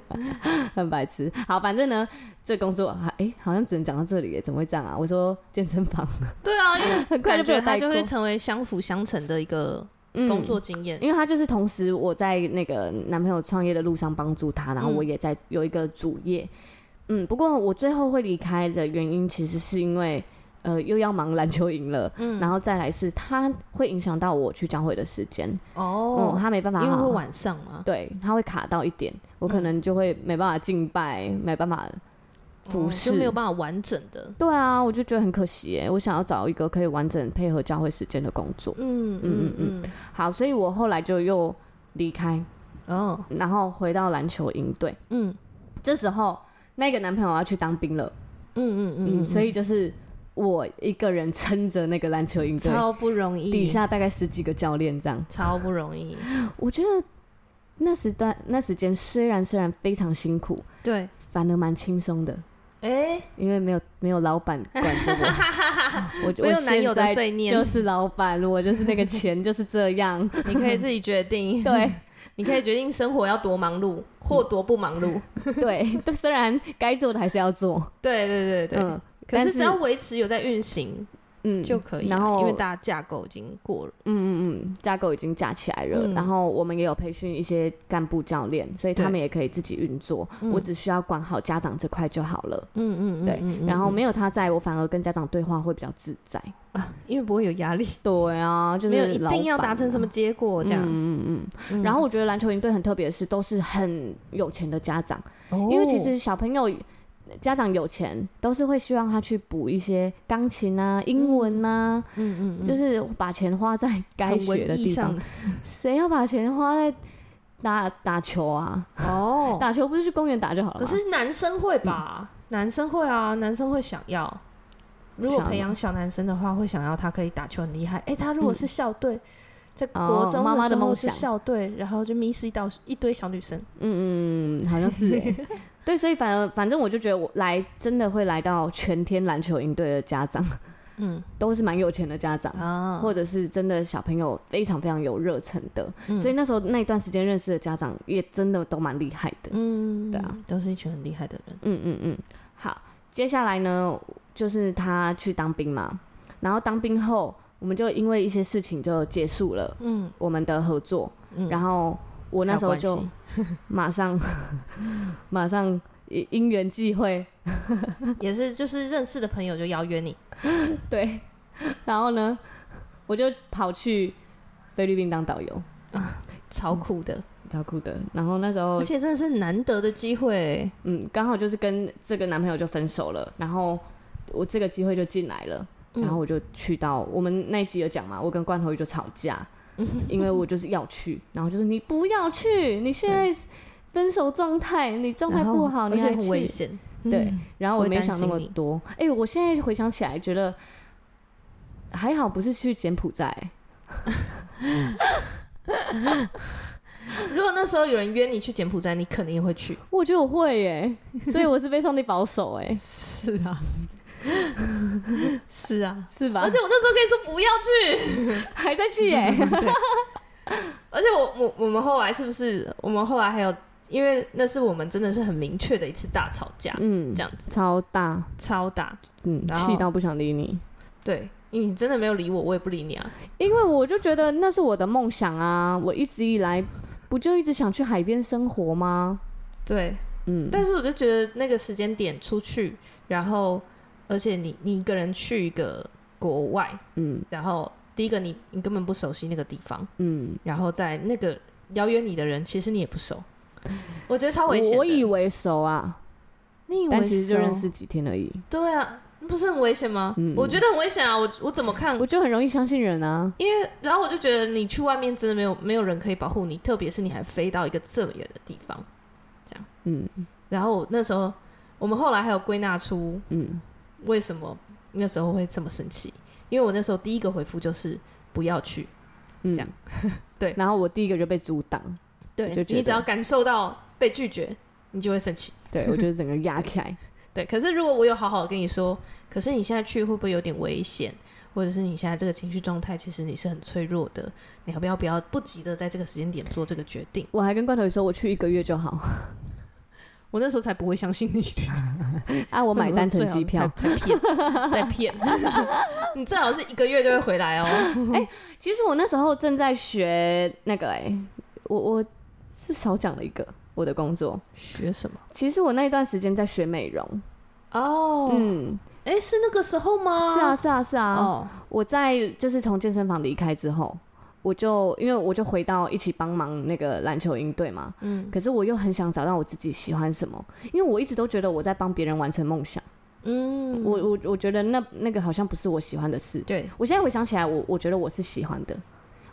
很白痴。好，反正呢，这工作还哎、好像只能讲到这里耶，怎么会这样啊？我说健身 房
对啊，因为
很
感
快就被
觉
我
它
带
就
过
会成为相辅相成的一个工作。经验
嗯。因为他就是同时我在那个男朋友创业的路上帮助他，然后
嗯
我也在有一个主业，嗯，不过我最后会离开的原因其实是因为呃又要忙篮球赢了，
嗯
然后再来是他会影响到我去教会的时间，嗯，
哦，
他没办法好
因为
好，
会晚上嘛，
对，他会卡到一点，我可能就会没办法敬拜，没办法服
嗯哦
侍，
就没有办法完整的。
对啊，我就觉得很可惜耶，我想要找一个可以完整配合教会时间的工作。
嗯
嗯嗯
嗯嗯，
好，所以我后来就又离开，
哦，
然后回到篮球营队。
嗯
这时候那个男朋友要去当兵了，
嗯嗯嗯
嗯，
嗯，
所以就是我一个人撑着那个篮球营队，
超不容易，
底下大概十几个教练这样。
超不容易，
我觉得那时段那时间虽然虽然非常辛苦，
对，
反而蛮轻松的。
哎，
因为没有没有老板管着 我，我就
没有
我
男友的
现在
碎念
就是老板，我就是那个钱就是这样，
你可以自己决定，嗯
对
你可以决定生活要多忙碌或多不忙碌。
对， 都虽然该做的还是要做，
对对对对，
嗯，
可
但
是只要维持有在运行
嗯
就可以了，
然后
因为大家架构已经过了，
嗯嗯嗯，架构已经架起来了，
嗯
然后我们也有培训一些干部教练，所以他
对
们也可以自己运作，
嗯
我只需要管好家长这块就好了。
嗯
对，然后没有他在我反而跟家长对话会比较自在。
因为不会有压力，
对啊，就是
没有一
老
定要
板
达成
啊
什么结果这样。
嗯嗯嗯。
嗯
然后我觉得篮球营队很特别的是，都是很有钱的家长，
哦
因为其实小朋友。家长有钱，都是会希望他去补一些钢琴啊、英文啊，
嗯嗯，
就是把钱花在该
很
学的
文艺
地
上
方。谁要把钱花在打打球啊？
哦。
打球不是去公园打就好了
可
吗？
是男生会吧？男生会啊，男生会想要。如果
想要
培养小男生的话，会想要他可以打球很厉害。诶，他如果是校队，在
哦
国中
妈妈
时
的梦
候是
想
校队，然后就迷失到一堆小女生。
嗯嗯，嗯好 像是、欸。对，所以反而反正我就觉得我来真的会来到全天篮球营队的家长，
嗯
都是蛮有钱的家长。
啊
或者是真的小朋友非常非常有热忱的，
嗯
所以那时候那一段时间认识的家长也真的都蛮厉害的。
嗯，
对啊，
都是一群很厉害的人。
嗯嗯嗯，好，接下来呢就是他去当兵嘛，然后当兵后我们就因为一些事情就结束了
嗯，
我们的合作，
嗯
然后我那时候
还有
就
关
马上 马上因因缘际会，
也是就是认识的朋友就邀约你。
嗯对，然后呢我就跑去菲律宾当导游，
超酷的，
超酷的。然后那时候
而且真的是难得的机会。
嗯，刚好就是跟这个男朋友就分手了，然后我这个机会就进来了，
嗯
然后我就去到我们那一集有讲嘛，我跟罐头鱼就吵架，
嗯
因为我就是要去，然后就是你不要去，你现在分手状态，你状态
然后
不好，
哦而
你
且
还
很危
去，
险。
对，然后我
我会
没
担
想那
心
么
你
多，哎、我现在回想起来觉得哎还好，不是去柬埔寨、
如果那时候有人约你去柬埔寨，你肯定也会去。
我觉得我会 耶、所以我是被上帝保守哎、
是啊， 是啊，
是吧
而？且我那时候可以说不要去，
还在去耶、
而且我我我们后来是不是？我们后来还有，因为那是我们真的是很明确的一次大吵架，
嗯
这，样子
超大，
超大，
嗯，
然
气
后
到不想理你。
对。因为你真的没有理我，我也不理你啊！
因为我就觉得那是我的梦想啊，我一直以来不就一直想去海边生活吗？
对，
嗯，
但是我就觉得那个时间点出去，然后而且你你一个人去一个国外，
嗯
然后第一个你你根本不熟悉那个地方，
嗯，
然后在那个邀约你的人，其实你也不熟，我觉得超危险的。
我我以为熟啊，
你以为
但其实就
熟
认识几天而已，
对啊，不是很危险吗？
嗯
我觉得很危险啊！我我怎么看
我？就很容易相信人啊。
因为然后我就觉得你去外面真的没有没有人可以保护你，特别是你还飞到一个这么远的地方。
嗯，
然后我那时候我们后来还有归纳出
嗯，
为什么那时候会这么生气，因为我那时候第一个回复就是不要去，
这
样 对
对。嗯然后我第一个就被阻挡，
对
就觉
你只
得
要感受到被拒绝，你就会生气。
对我就是整个压起来，
对，可是如果我有好好地跟你说，可是你现在去会不会有点危险？或者是你现在这个情绪状态，其实你是很脆弱的，你要不要不要不急的在这个时间点做这个决定？
我还跟罐头鱼说我去一个月就好
我那时候才不会相信你，
啊，我买单程
最好
机票。
才才骗，在骗， 你最好是一个月就会回来哦。
其实我那时候正在学那个哎、我我是不是少讲了一个我的工作。
学什么？
其实我那一段时间在学美容，
哦，
嗯，
哎、是那个时候吗？
是啊，，是啊，是啊。
哦，
我在就是从健身房离开之后，我就因为我就回到一起帮忙那个篮球营队嘛，
嗯
可是我又很想找到我自己喜欢什么，因为我一直都觉得我在帮别人完成梦想，
嗯，
我 我我觉得那那个好像不是我喜欢的事。
对，
我现在回想起来，我我觉得我是喜欢的，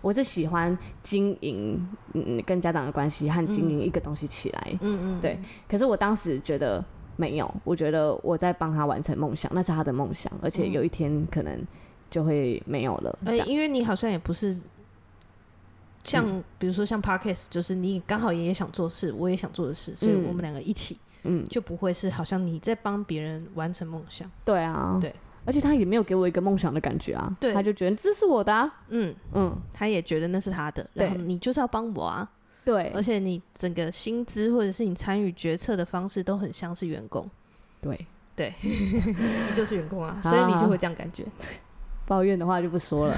我是喜欢经营嗯跟家长的关系和经营一个东西起来。
嗯嗯，
对可是我当时觉得没有，我觉得我在帮他完成梦想，那是他的梦想，而且有一天可能就会没有了。
嗯哎、
这样
因为你好像也不是像、比如说像 podcast，就是你刚好也想做事，我也想做的事，所以
嗯
我们两个一起
嗯，
就不会是好像你在帮别人完成梦想。
对啊，
对，
而且他也没有给我一个梦想的感觉啊，
对
他就觉得这是我的、啊，
嗯，
嗯，
他也觉得那是他的，然后
对
你就是要帮我啊，
对
而，且你整个薪资或者是你参与决策的方式都很像是员工，
对，
你就是员工啊，
好
所以你就会这样感觉。
抱怨的话就不说了，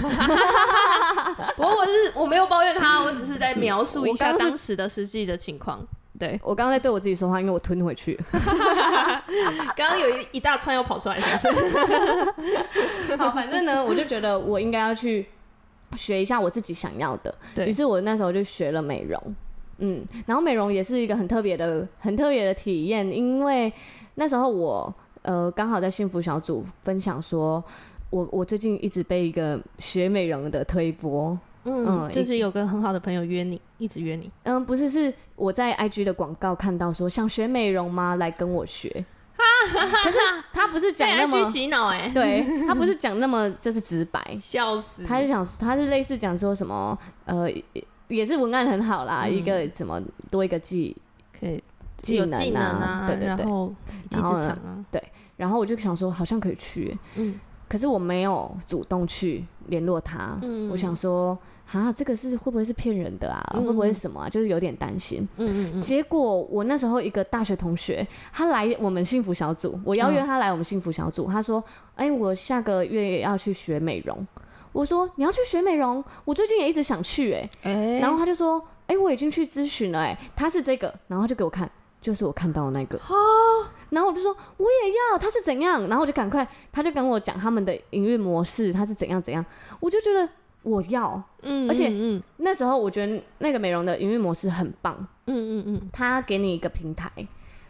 不过我是我没有抱怨他，我只是在描述一
我
下
刚刚是
当时的实际的情况。 对，
我刚刚在对我自己说话，因为我吞回去。
刚刚有一一大串要跑出来，是不是？
好，反 正呢，我就觉得我应该要去学一下我自己想要的。
对
于是，我那时候就学了美容。嗯，然后美容也是一个很特别的、很特别的体验，因为那时候我呃刚好在幸福小组分享说，我我最近一直被一个学美容的推波，
嗯，
嗯
就是有个很好的朋友约你，一直约你，
嗯，不是，是我在 IG 的广告看到说想学美容吗？来跟我学。可是他不是讲那么
被 IG 洗脑哎、
欸
对他不是讲那么就是直白，
笑死！
他就想，他是类似讲说什么，呃，也是文案很好啦，一个什么多一个技
可以
技
有
能
技能啊，
对对
然
对。
后一技之长啊，
然后我就想说，好像可以去耶，
嗯
可是我没有主动去联络他，我想说，啊，这个是会不会是骗人的啊？
嗯
会不会是什么啊？就是有点担心。
嗯嗯
结果我那时候一个大学同学，他来我们幸福小组，我邀
嗯
约他来我们幸福小组，他说：“哎、我下个月要去学美容。”我说：“你要去学美容？我最近也一直想去、哎。”
嗯，哎
然后他就说：“哎、我已经去咨询了、哎，他是这个。”然后他就给我看，就是我看到的那个。然后我就说我也要，他是怎样？然后我就赶快，他就跟我讲他们的营运模式，他是怎样怎样。我就觉得我要。
嗯
而且
嗯
那时候我觉得那个美容的营运模式很棒，
嗯嗯嗯
他给你一个平台。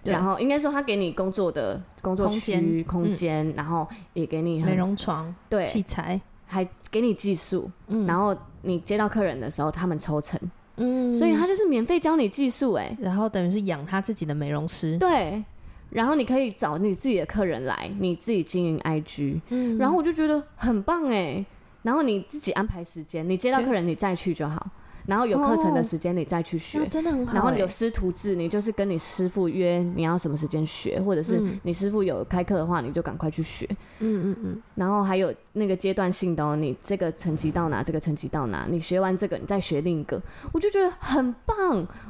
对
然后应该说，他给你工作的工作
空间
区空间，然后也给你
嗯，
很
美容床
对，
器材，
还给你技术，
嗯
然后你接到客人的时候，他们抽成，
嗯，
所以他就是免费教你技术、哎，
然后等于是养他自己的美容师，
对，然后你可以找你自己的客人来，你自己经营 IG，、
嗯
然后我就觉得很棒哎。然后你自己安排时间，你接到
对哦
客人你再去就好，然后有课程的时间你再去学。
那真的很好欸，
然后你有师徒制，你就是跟你师傅约你要什么时间学，或者是
嗯
你师傅有开课的话，你就赶快去学。
嗯嗯嗯，
然后还有那个阶段性的哦，你这个成绩到哪，这个成绩到哪，你学完这个，你再学另一个，我就觉得很棒，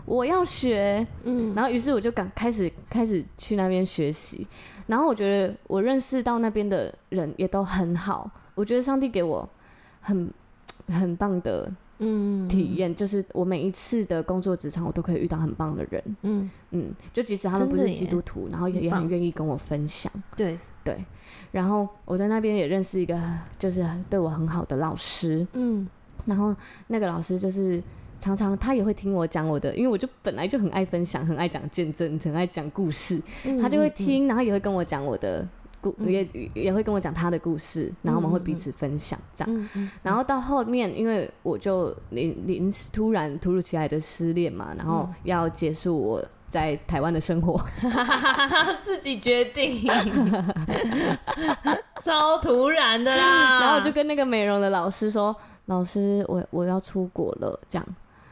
我要学。嗯，然后于是我就赶开始开始去那边学习，然后我觉得我认识到那边的人也都很好，我觉得上帝给我很很棒的
嗯
体验，就是我每一次的工作职场，我都可以遇到很棒的人。
嗯，
嗯，就即使他们不是
真的耶
基督徒，然后也
很
也
棒
很愿意跟我分享。
对，
对，然后我在那边也认识一个就是对我很好的老师，
嗯
然后那个老师就是常常他也会听我讲我的，因为我就本来就很爱分享，很爱讲见证，很爱讲故事，他嗯就会听，嗯然后也会跟我讲我的。故也也会跟我讲他的故事，然后我们会彼此分享这样。然后到后面，因为嗯我就临临时突然突如其来的失恋嘛，然后要结束我在台湾的生活。
嗯自己决定， 超突 然的啦。
然后我
嗯
就跟那个美容的老师说：“老师，我我要出国了。”这样，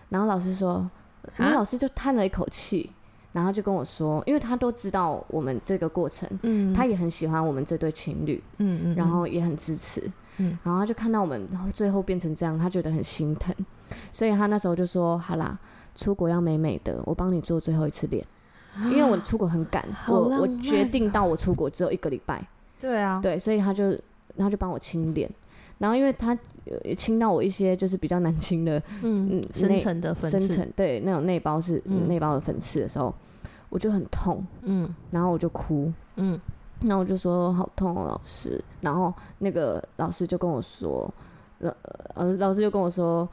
然后老师说，
啊
然后老师就叹了一口气，然后就跟我说，因为他都知道我们这个过程，
嗯
他也很喜欢我们这对情侣，
嗯嗯
然后也很支持，
嗯
然后他就看到我们，然后最后变成这样，他觉得很心疼，所以他那时候就说：“好啦，出国要美美的，我帮你做最后一次脸。”因为我出国很赶，我
啊浪
我
漫哦
决定到我出国只有一个礼拜，
对啊，
对，所以他就他就帮我清脸，然后因为他呃清到我一些就是比较难清的
嗯
嗯
深
内
层的粉
深
刺，
层，对那种内包是
嗯
内、包的粉刺的时候，我就很痛，
嗯
然后我就哭，
嗯
然后我就说好痛哦，老师，然后那个老师就跟我说，老老师老师就跟我说，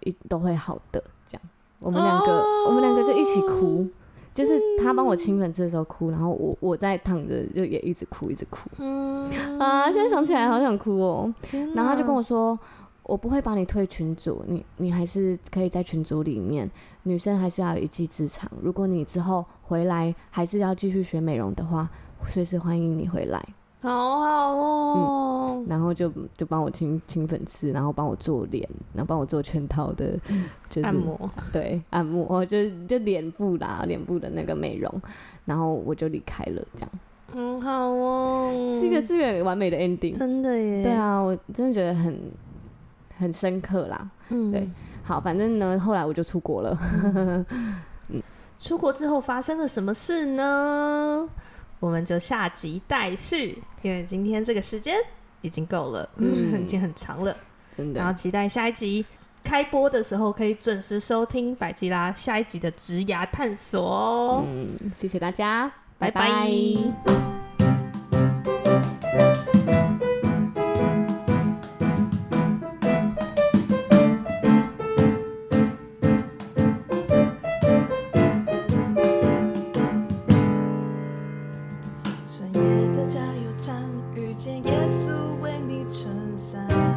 一都会好的，这样，我们两个、
哦
我们两个就一起哭。
嗯
就是他帮我清粉刺的时候哭，然后我我在躺着就也一直哭一直哭，
嗯
啊，现在想起来好想哭哦。
天
然后他就
哪
跟我说，我不会把你推群组，你你还是可以在群组里面，女生还是要有一技之长。如果你之后回来还是要继续学美容的话，随时欢迎你回来。
好好哦，
然后就就帮我清清粉刺，然后帮我做脸，然后帮我做全套的，嗯就是
按摩，
对按摩，哦就是就脸部啦，脸部的那个美容。然后我就离开了，这样、
嗯
很好哦，
是一个是一个完美的 ending。
真的耶，
对，啊，我真的觉得很很深刻啦。
嗯
对好，反正呢，后来我就出国了。
出国之后发生了什么事呢？我们就下集待续，因为今天这个时间已经够了，
嗯
已经很长了。
真
然
的
后，期待下一集开播的时候可以准时收听百吉拉下一集的职涯探索哦，
嗯，谢谢大家，
拜
拜拜
拜
深夜的加油站，遇见耶稣为你撑伞。